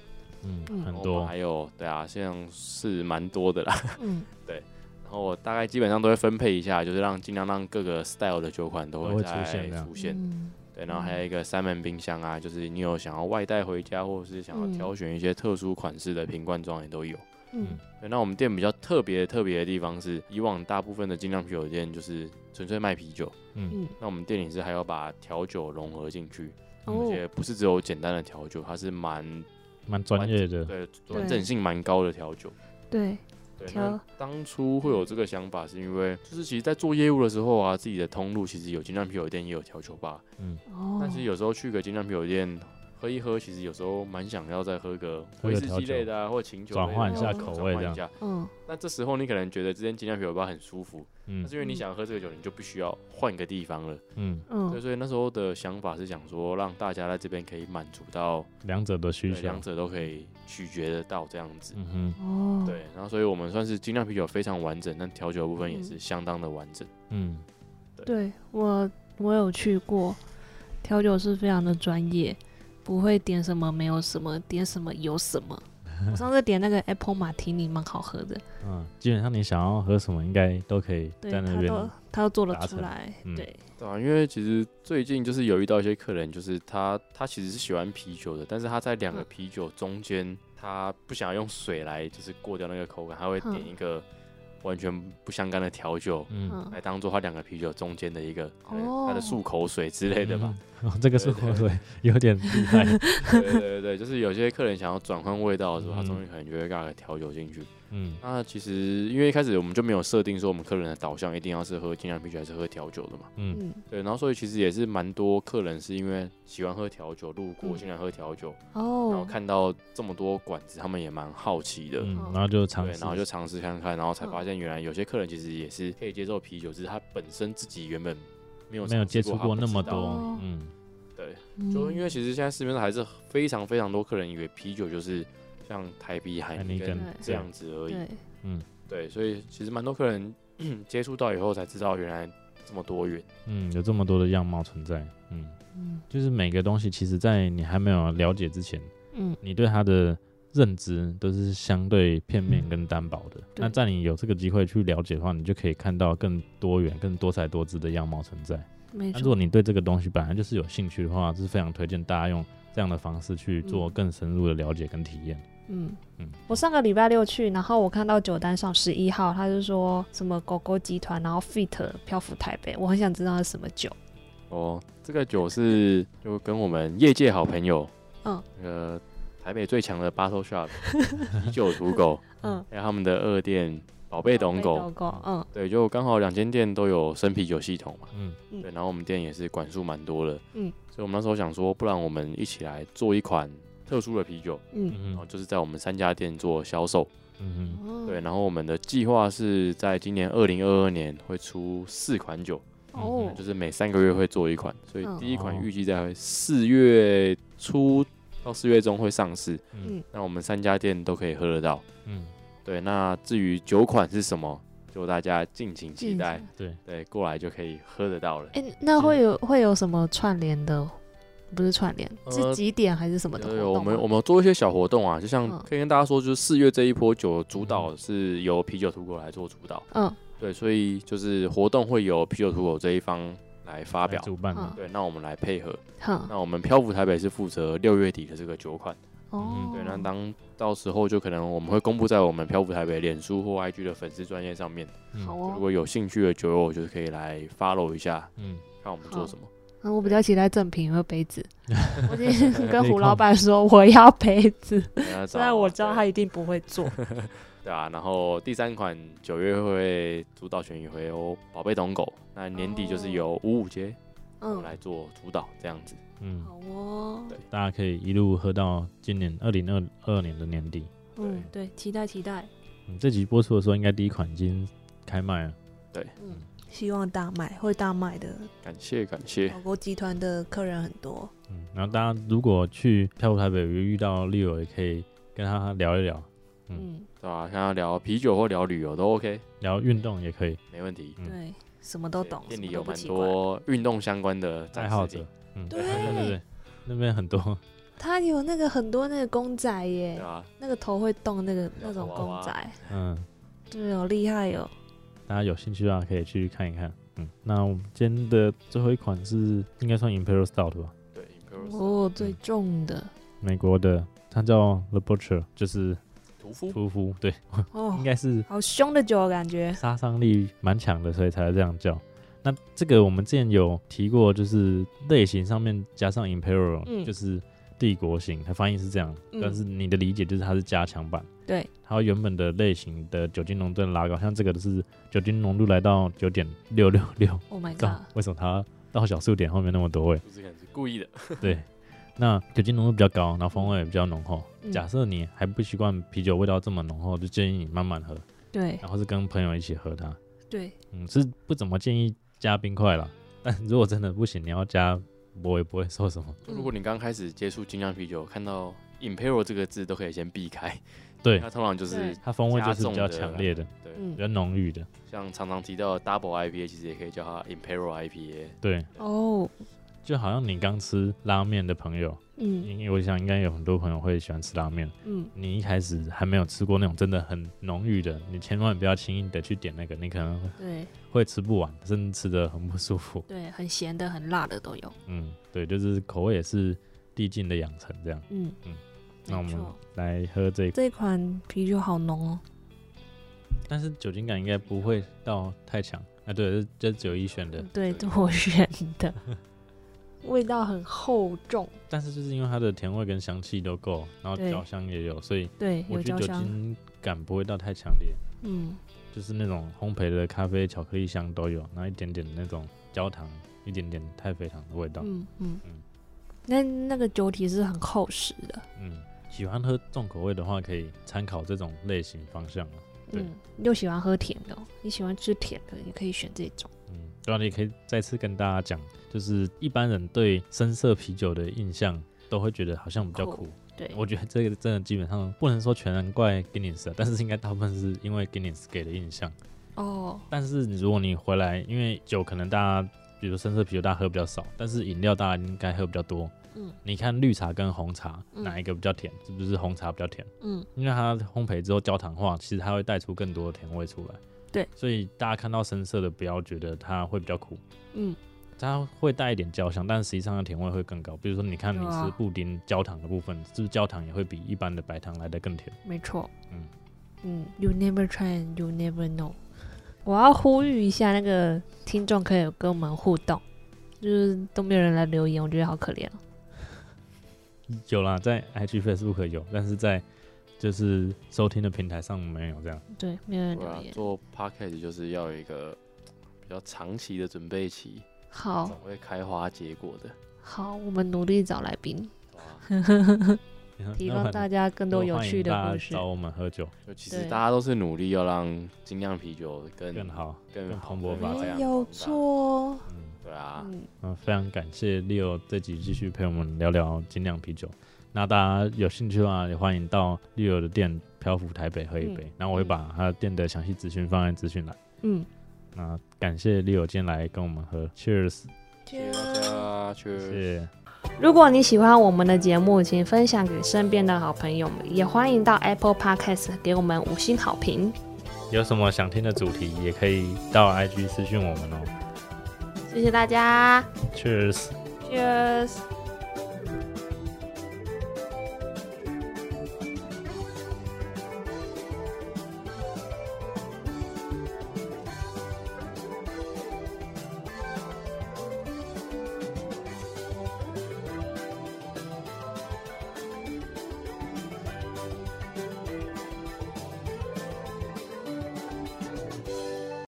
Speaker 1: 嗯，
Speaker 3: 嗯
Speaker 1: 很
Speaker 4: 然后我们
Speaker 1: 多
Speaker 4: 还，有对啊，现在是蛮多的啦。 *laughs*
Speaker 3: 嗯
Speaker 4: 然后我大概基本上都会分配一下，就是让尽量让各个 style 的酒款都
Speaker 1: 都
Speaker 4: 会
Speaker 1: 会
Speaker 4: 在
Speaker 1: 出现这样
Speaker 4: 出现。
Speaker 3: 嗯
Speaker 4: 对，然后还有一个三门冰箱啊，就是你有想要外带回家，或者是想
Speaker 3: 嗯
Speaker 4: 要挑选一些特殊款式的瓶罐装也都有。
Speaker 3: 嗯
Speaker 4: 对，那我们店比较特别特别的地方是，以往大部分的精酿啤酒店就是纯粹卖啤酒，
Speaker 1: 嗯嗯
Speaker 3: 嗯
Speaker 4: 那我们店里是还要把调酒融合进去，
Speaker 3: 哦
Speaker 4: 而且不是只有简单的调酒，它是蛮
Speaker 1: 蛮专业的。
Speaker 4: 对，完整性蛮高的调酒。
Speaker 3: 对，
Speaker 4: 对，
Speaker 3: 调
Speaker 4: 那当初会有这个想法，是因为就是其实，在做业务的时候啊，自己的通路其实有精酿啤酒店，也有调酒吧。
Speaker 3: 哦，
Speaker 4: 但是有时候去个精酿啤酒店喝一喝，其实有时候蛮想要再喝个
Speaker 1: 喝个
Speaker 4: 威士
Speaker 1: 调
Speaker 4: 忌
Speaker 1: 酒
Speaker 4: 类的啊，或者琴酒类的
Speaker 1: 转换
Speaker 3: 一下
Speaker 4: 转
Speaker 1: 口
Speaker 4: 换
Speaker 1: 味
Speaker 4: 一
Speaker 1: 这样
Speaker 4: 下
Speaker 3: 嗯，
Speaker 4: 那这时候你可能觉得这间精酿啤酒吧很舒服，
Speaker 1: 嗯
Speaker 4: 但是因为你
Speaker 3: 嗯
Speaker 4: 想喝这个酒，你就必须要换个地方了。
Speaker 1: 嗯，
Speaker 4: 对，
Speaker 3: 嗯，
Speaker 4: 所以那时候的想法是想说，让大家在这边可以满足到
Speaker 1: 两者的需
Speaker 4: 对
Speaker 1: 求
Speaker 4: 两。者都可以咀嚼得到这样子。
Speaker 1: 嗯哼，
Speaker 3: 哦，
Speaker 4: 对，然后所以我们算是精酿啤酒非常完整，但调酒的部分也
Speaker 3: 嗯
Speaker 4: 是相当的完整。
Speaker 1: 嗯，
Speaker 3: 对我我有去过，调酒师非常的专业，不会点什么没有什么，点什么有什
Speaker 1: *laughs*
Speaker 3: 么。我上次点那个 Apple Martini 蛮好喝的，
Speaker 1: 嗯，基本上你想要喝什么，应该都可以
Speaker 3: 对
Speaker 1: 在那
Speaker 3: 他都
Speaker 1: 边。
Speaker 3: 他都做得
Speaker 1: 达
Speaker 3: 出
Speaker 1: 成
Speaker 3: 来，
Speaker 1: 嗯
Speaker 3: 对，
Speaker 4: 对啊，因为其实最近就是有遇到一些客人，就是他他其实是喜欢啤酒的，但是他在两个
Speaker 3: 嗯
Speaker 4: 啤酒中间，他不想用水来就是过掉那个口感，他会
Speaker 3: 嗯
Speaker 4: 点一个完全不相干的调酒。
Speaker 1: 嗯，
Speaker 3: 嗯，
Speaker 4: 来当做他两个啤酒中间的一个，可能
Speaker 3: 哦
Speaker 4: 他的漱口水之类的吧。
Speaker 1: 嗯。 *laughs* 哦，这个是
Speaker 4: 对对
Speaker 1: 我对有点厉害。
Speaker 4: 对 *laughs* 对对对，就是有些客人想要转换味道的时候，他
Speaker 1: 嗯
Speaker 4: 终于可能就会尬个调酒进去。
Speaker 1: 嗯
Speaker 4: 那其实因为一开始我们就没有设定说我们客人的导向一定要是喝精酿啤酒还是喝调酒的嘛。
Speaker 1: 嗯
Speaker 3: *laughs* 嗯，
Speaker 4: 对，然后所以其实也是蛮多客人是因为喜欢喝调酒，路过
Speaker 3: 嗯
Speaker 4: 进来喝调酒，然后
Speaker 3: 哦，
Speaker 4: 看到这么多馆子，他们也蛮好奇的。
Speaker 1: 嗯
Speaker 3: 哦，
Speaker 1: 然后就尝
Speaker 4: 对，
Speaker 1: 试，
Speaker 4: 然后就尝试看看，然后才
Speaker 3: 嗯
Speaker 4: 发现原来有些客人其实也是可以接受啤酒，只是他本身自己原本没有
Speaker 1: 没有
Speaker 4: 尝试
Speaker 1: 接触过
Speaker 4: 他
Speaker 1: 那
Speaker 4: 不
Speaker 1: 么
Speaker 4: 知道
Speaker 1: 多
Speaker 3: 哦。
Speaker 1: 嗯
Speaker 4: 对，
Speaker 3: 嗯
Speaker 4: 就因为其实现在市面上还是非常非常多客人以为啤酒就是像台啤、海尼
Speaker 1: 海尼
Speaker 4: 根
Speaker 1: 根
Speaker 4: 哎这样子而已。
Speaker 3: 对，
Speaker 4: 对，所以其实蛮多客人 *clears throat* 接触到以后才知道原来这么多元。
Speaker 1: 嗯，有这么多的样貌存在。嗯，
Speaker 3: 嗯
Speaker 1: 就是每个东西，其实，在你还没有了解之前，
Speaker 3: 嗯
Speaker 1: 你对它的认知都是相对片面跟单薄的。
Speaker 3: 对
Speaker 1: 那在你有这个机会去了解的话，你就可以看到更多元、更多彩多姿的样貌存在。
Speaker 3: 没
Speaker 1: 那如果
Speaker 3: 错，
Speaker 1: 你对这个东西本来就是有兴趣的话，是非常推荐大家用这样的方式去做
Speaker 3: 嗯
Speaker 1: 更深入的了解跟体验。
Speaker 3: 嗯
Speaker 1: 嗯
Speaker 3: 我上个礼拜六去，然后我看到酒单上十一号，他就说什么狗狗集团，然后 Fit 漂浮台北，我很想知道是什么酒，
Speaker 4: 哦，这个酒是就跟我们业界好朋友，
Speaker 3: 嗯，
Speaker 4: 那个台北最强的 Battle Shop 啤酒土狗，
Speaker 3: 嗯，
Speaker 4: 还有他们的二店宝贝董狗，
Speaker 3: 狗，嗯
Speaker 4: 对，就刚好两间店都有生啤酒系统嘛，
Speaker 1: 嗯
Speaker 3: 嗯
Speaker 4: 对，然后我们店也是管数蛮多的，
Speaker 3: 嗯，
Speaker 4: 所以我们那时候想说，不然我们一起来做一款特殊的啤酒，
Speaker 3: 嗯，
Speaker 1: 嗯
Speaker 4: 然后就是在我们三家店做销售，
Speaker 1: 嗯
Speaker 3: 哦
Speaker 4: 对，然后我们的计划是在今年二零二二年会出四款酒。
Speaker 3: 哦
Speaker 4: 嗯就是每三个月会做一款，所以
Speaker 3: 嗯
Speaker 4: 第一款
Speaker 1: 哦
Speaker 4: 预计在四月初到四月中会上市。
Speaker 1: 嗯
Speaker 4: 那我们三家店都可以喝得到。
Speaker 1: 嗯，
Speaker 4: 对，那至于酒款是什么，就大家敬请期待。
Speaker 1: 对，
Speaker 4: 对，过来就可以喝得到了。
Speaker 3: 哎、嗯那会有会有什么串联的？不是串联，
Speaker 4: 呃
Speaker 3: 是几点还是什么的活
Speaker 4: 对，
Speaker 3: 动吗？
Speaker 4: 我们我们有做一些小活动啊，就像
Speaker 3: 嗯
Speaker 4: 可以跟大家说，就是四月这一波酒主导是由啤酒土狗来做主导。
Speaker 3: 嗯
Speaker 4: 对，所以就是活动会由啤酒土狗这一方来发表
Speaker 1: 来。主办的
Speaker 3: 嗯
Speaker 4: 对，那我们来配合。
Speaker 3: 哼
Speaker 4: 那我们漂浮台北是负责六月底的这个酒款。
Speaker 3: 哦，
Speaker 4: 嗯对，那当到时候就可能我们会公布在我们漂浮台北脸书或 IG 的粉丝专业上面，
Speaker 1: 嗯
Speaker 3: 好
Speaker 4: 如
Speaker 3: 哦，
Speaker 4: 果有兴趣的酒友就是可以来 follow 一下，
Speaker 1: 嗯，
Speaker 4: 看我们做
Speaker 3: *laughs*
Speaker 4: 什么。
Speaker 3: 那我比较期待赠品和
Speaker 4: *laughs*
Speaker 3: 杯子。我今天跟胡老板说我要杯子， *laughs* 虽
Speaker 4: 虽
Speaker 3: 然我知
Speaker 4: 啊
Speaker 3: 道他一定不会做。
Speaker 4: 对啊，然后第三款九月会主导权也会有宝贝董狗，那年底就是由五五街
Speaker 3: 嗯，
Speaker 4: 来做主导这样子。
Speaker 1: 嗯，
Speaker 3: 好哦，
Speaker 4: 对
Speaker 1: 大家可以一路喝到今年二零二二年的年底。
Speaker 3: 嗯，对，期待期待，
Speaker 1: 嗯，这集播出的时候，应该第一款已经开卖了。
Speaker 3: 嗯，希望大卖会大卖的。
Speaker 4: 感谢感谢，
Speaker 3: 狗狗集团的客人很多，
Speaker 1: 嗯，然后大家如果去漂浮台北有遇到 Leo，也可以跟他聊一聊，嗯
Speaker 3: 嗯，
Speaker 4: 对啊，像要聊啤酒或聊旅游都 OK，
Speaker 1: 聊运动也可以。
Speaker 4: 没问题。
Speaker 1: 嗯
Speaker 3: 对，什么都
Speaker 4: 对
Speaker 3: 懂，
Speaker 4: 店
Speaker 3: 什
Speaker 4: 里
Speaker 3: 么
Speaker 4: 有
Speaker 3: 都不
Speaker 4: 蛮
Speaker 3: 奇怪。
Speaker 4: 多运动相关的展
Speaker 1: 爱
Speaker 4: 示
Speaker 1: 好
Speaker 4: 品
Speaker 1: 者，嗯，
Speaker 3: 对
Speaker 1: 对对对，那边很多，
Speaker 3: 他有那个很多那个公仔
Speaker 4: 对
Speaker 3: 耶，
Speaker 4: 啊，
Speaker 3: 那个头会动那个那种
Speaker 4: 娃
Speaker 3: 公
Speaker 4: 娃
Speaker 3: 仔，
Speaker 1: 嗯，
Speaker 3: 对哦，厉害哦。
Speaker 1: 大家有兴趣的话可以去看一看。嗯，那我们今天的最后一款是应该算 Imperial Stout 吧，
Speaker 4: 对，Imperial
Speaker 3: 哦，最重的
Speaker 1: 美国的，它叫 The Butcher，就是
Speaker 4: 屠夫，
Speaker 1: 屠夫，对，应
Speaker 3: 哦，
Speaker 1: 该是
Speaker 3: 好凶的酒哦感觉。
Speaker 1: 杀伤力蛮强的，所以才会这样叫。那这个我们之前有提过，就是类型上面加上 imperial，、
Speaker 3: 嗯
Speaker 1: 就是帝国型，它翻译是这样，
Speaker 3: 嗯
Speaker 1: 但是你的理解就是它是加强版。
Speaker 3: 对，
Speaker 1: 它原本的类型的酒精浓度拉高，像这个是酒精浓度来到九点六六六，
Speaker 3: ，Oh my
Speaker 1: 到
Speaker 3: god，
Speaker 1: 为什么它到小数点后面那么多
Speaker 3: *laughs*
Speaker 1: 位？
Speaker 4: 就是可能是故意的，
Speaker 1: 对，那酒精浓度比较高，然后风味也比较浓厚。
Speaker 3: 嗯
Speaker 1: 假设你还不习惯啤酒味道这么浓厚，就建议你慢慢喝，
Speaker 3: 对
Speaker 1: 然后是跟朋友一起喝它。
Speaker 3: 对，
Speaker 1: 嗯，是不怎么建议加冰块啦，但如果真的不行，你要加，我也不会说什么。
Speaker 3: 嗯
Speaker 4: 如果你刚开始接触精酿啤酒，看到 imperial 这个字都可以先避开，
Speaker 1: 对，
Speaker 4: 它通常就是
Speaker 5: 对
Speaker 1: 它风味就是比较强烈的，
Speaker 4: 对，
Speaker 1: 比
Speaker 3: 嗯，
Speaker 1: 较浓郁的。
Speaker 4: 像常常提到的 double IPA，其实也可以叫它 imperial IPA。
Speaker 1: 对，
Speaker 3: 哦，
Speaker 1: 就好像你刚吃拉面的朋友，
Speaker 3: 嗯
Speaker 1: 因为我想应该有很多朋友会喜欢吃拉面。
Speaker 3: 嗯，
Speaker 1: 你一开始还没有吃过那种真的很浓郁的，你千万不要轻易的去点那个，你可能
Speaker 3: 对
Speaker 1: 会吃不完，甚至吃的很不舒服。
Speaker 3: 对，很咸的、很辣的都有，
Speaker 1: 嗯，对，就是口味也是递进的养成这样。
Speaker 3: 嗯
Speaker 1: 嗯，那我
Speaker 3: 没
Speaker 1: 们
Speaker 3: 错。
Speaker 1: 来喝这一
Speaker 3: 这一款啤酒好浓哦，
Speaker 1: 但是酒精感应该不会到太强。啊，对，这这只有一选的，
Speaker 3: 嗯对，
Speaker 4: 对
Speaker 3: 这我选的， *laughs* 味道很厚重，
Speaker 1: 但是就是因为它的甜味跟香气都够，然后
Speaker 3: 对
Speaker 1: 焦香也有，所以
Speaker 3: 对，
Speaker 1: 我
Speaker 3: 有
Speaker 1: 觉
Speaker 3: 焦
Speaker 1: 得酒
Speaker 3: 香，
Speaker 1: 精感不会到太强烈，
Speaker 3: 嗯，
Speaker 1: 就是那种烘焙的咖啡、巧克力香都有，然后一点点那种焦糖，一点点太肥糖的味道。
Speaker 3: 嗯嗯
Speaker 1: 嗯，
Speaker 3: 那那个酒体是很厚实的，
Speaker 1: 嗯，喜欢喝重口味的话，可以参考这种类型方向啊。对
Speaker 3: 嗯，又喜欢喝甜的哦、你喜欢吃甜的，你可以选这种。
Speaker 1: 嗯，对啊，你可以再次跟大家讲，就是一般人对深色啤酒的印象都会觉得好像比较
Speaker 3: 苦
Speaker 1: 苦，
Speaker 3: 对，
Speaker 1: 我觉得这个真的基本上不能说全然怪 Guinness，啊但是应该大部分是因为 Guinness 给的印象。
Speaker 3: 哦，
Speaker 1: 但是你如果你回来，因为酒可能大家，比如深色啤酒大家喝比较少，但是饮料大家应该喝比较多。
Speaker 3: 嗯
Speaker 1: 你看绿茶跟红茶
Speaker 3: 嗯
Speaker 1: 哪一个比较甜？是不是红茶比较甜？
Speaker 3: 嗯，
Speaker 1: 因为它烘焙之后焦糖化，其实它会带出更多的甜味出来。
Speaker 3: 对，
Speaker 1: 所以大家看到深色的，不要觉得它会比较苦，
Speaker 3: 嗯，
Speaker 1: 它会带一点焦香，但实际上它甜味会更高。比如说，你看你
Speaker 3: 对啊
Speaker 1: 吃布丁焦糖的部分，是不是焦糖也会比一般的白糖来的更甜？
Speaker 3: 没错。
Speaker 1: 嗯
Speaker 3: 嗯，You never try, and you never know。我要呼吁一下那个听众，可以跟我们互动，就是都没有人来留言，我觉得好可怜哦。
Speaker 1: 有啦，在 IG、Facebook 有，但是在就是收听的平台上没有这样。
Speaker 3: 对，没有人
Speaker 4: 对啊
Speaker 3: 留，言。
Speaker 4: 做 podcast 就是要有一个比较长期的准备期，
Speaker 3: 好
Speaker 4: 总会开花结果的。啊
Speaker 3: 好，我们努力找来宾， *laughs*
Speaker 4: 哇，
Speaker 3: 提
Speaker 1: 那
Speaker 3: 供
Speaker 1: 很
Speaker 3: 大家更多有
Speaker 1: 欢迎
Speaker 3: 趣
Speaker 1: 大
Speaker 3: 的
Speaker 1: 家
Speaker 3: 故事
Speaker 1: 找。我们喝酒
Speaker 4: 就其实
Speaker 3: 对
Speaker 4: 大家都是努力要让精酿啤酒更
Speaker 1: 更好。
Speaker 4: 更
Speaker 1: 更
Speaker 4: 好
Speaker 1: 蓬勃
Speaker 4: 更
Speaker 1: 发
Speaker 4: 发
Speaker 1: 展
Speaker 4: 扬
Speaker 3: 没有
Speaker 4: 光大。
Speaker 3: 错。
Speaker 1: 嗯
Speaker 4: 对啊，
Speaker 3: 嗯，
Speaker 1: 嗯，非常感谢 Leo 这集继续陪我们聊聊精酿啤酒。那大家有兴趣的话，也欢迎到 Leo 的店漂浮台北喝一杯。
Speaker 3: 嗯
Speaker 1: 那我会把他的店的详细资讯放在资讯栏。
Speaker 3: 嗯，
Speaker 1: 那感谢 Leo 今天来跟我们喝，Cheers，
Speaker 4: 谢谢大家，
Speaker 1: 谢
Speaker 4: 去。
Speaker 1: 谢。
Speaker 3: 如果你喜欢我们的节目，请分享给身边的好朋友们，也欢迎到 Apple Podcast 给我们五星好评。
Speaker 1: 有什么想听的主题，也可以到 IG 私讯我们哦。
Speaker 3: 谢谢大家
Speaker 1: ，Cheers。
Speaker 5: ，Cheers。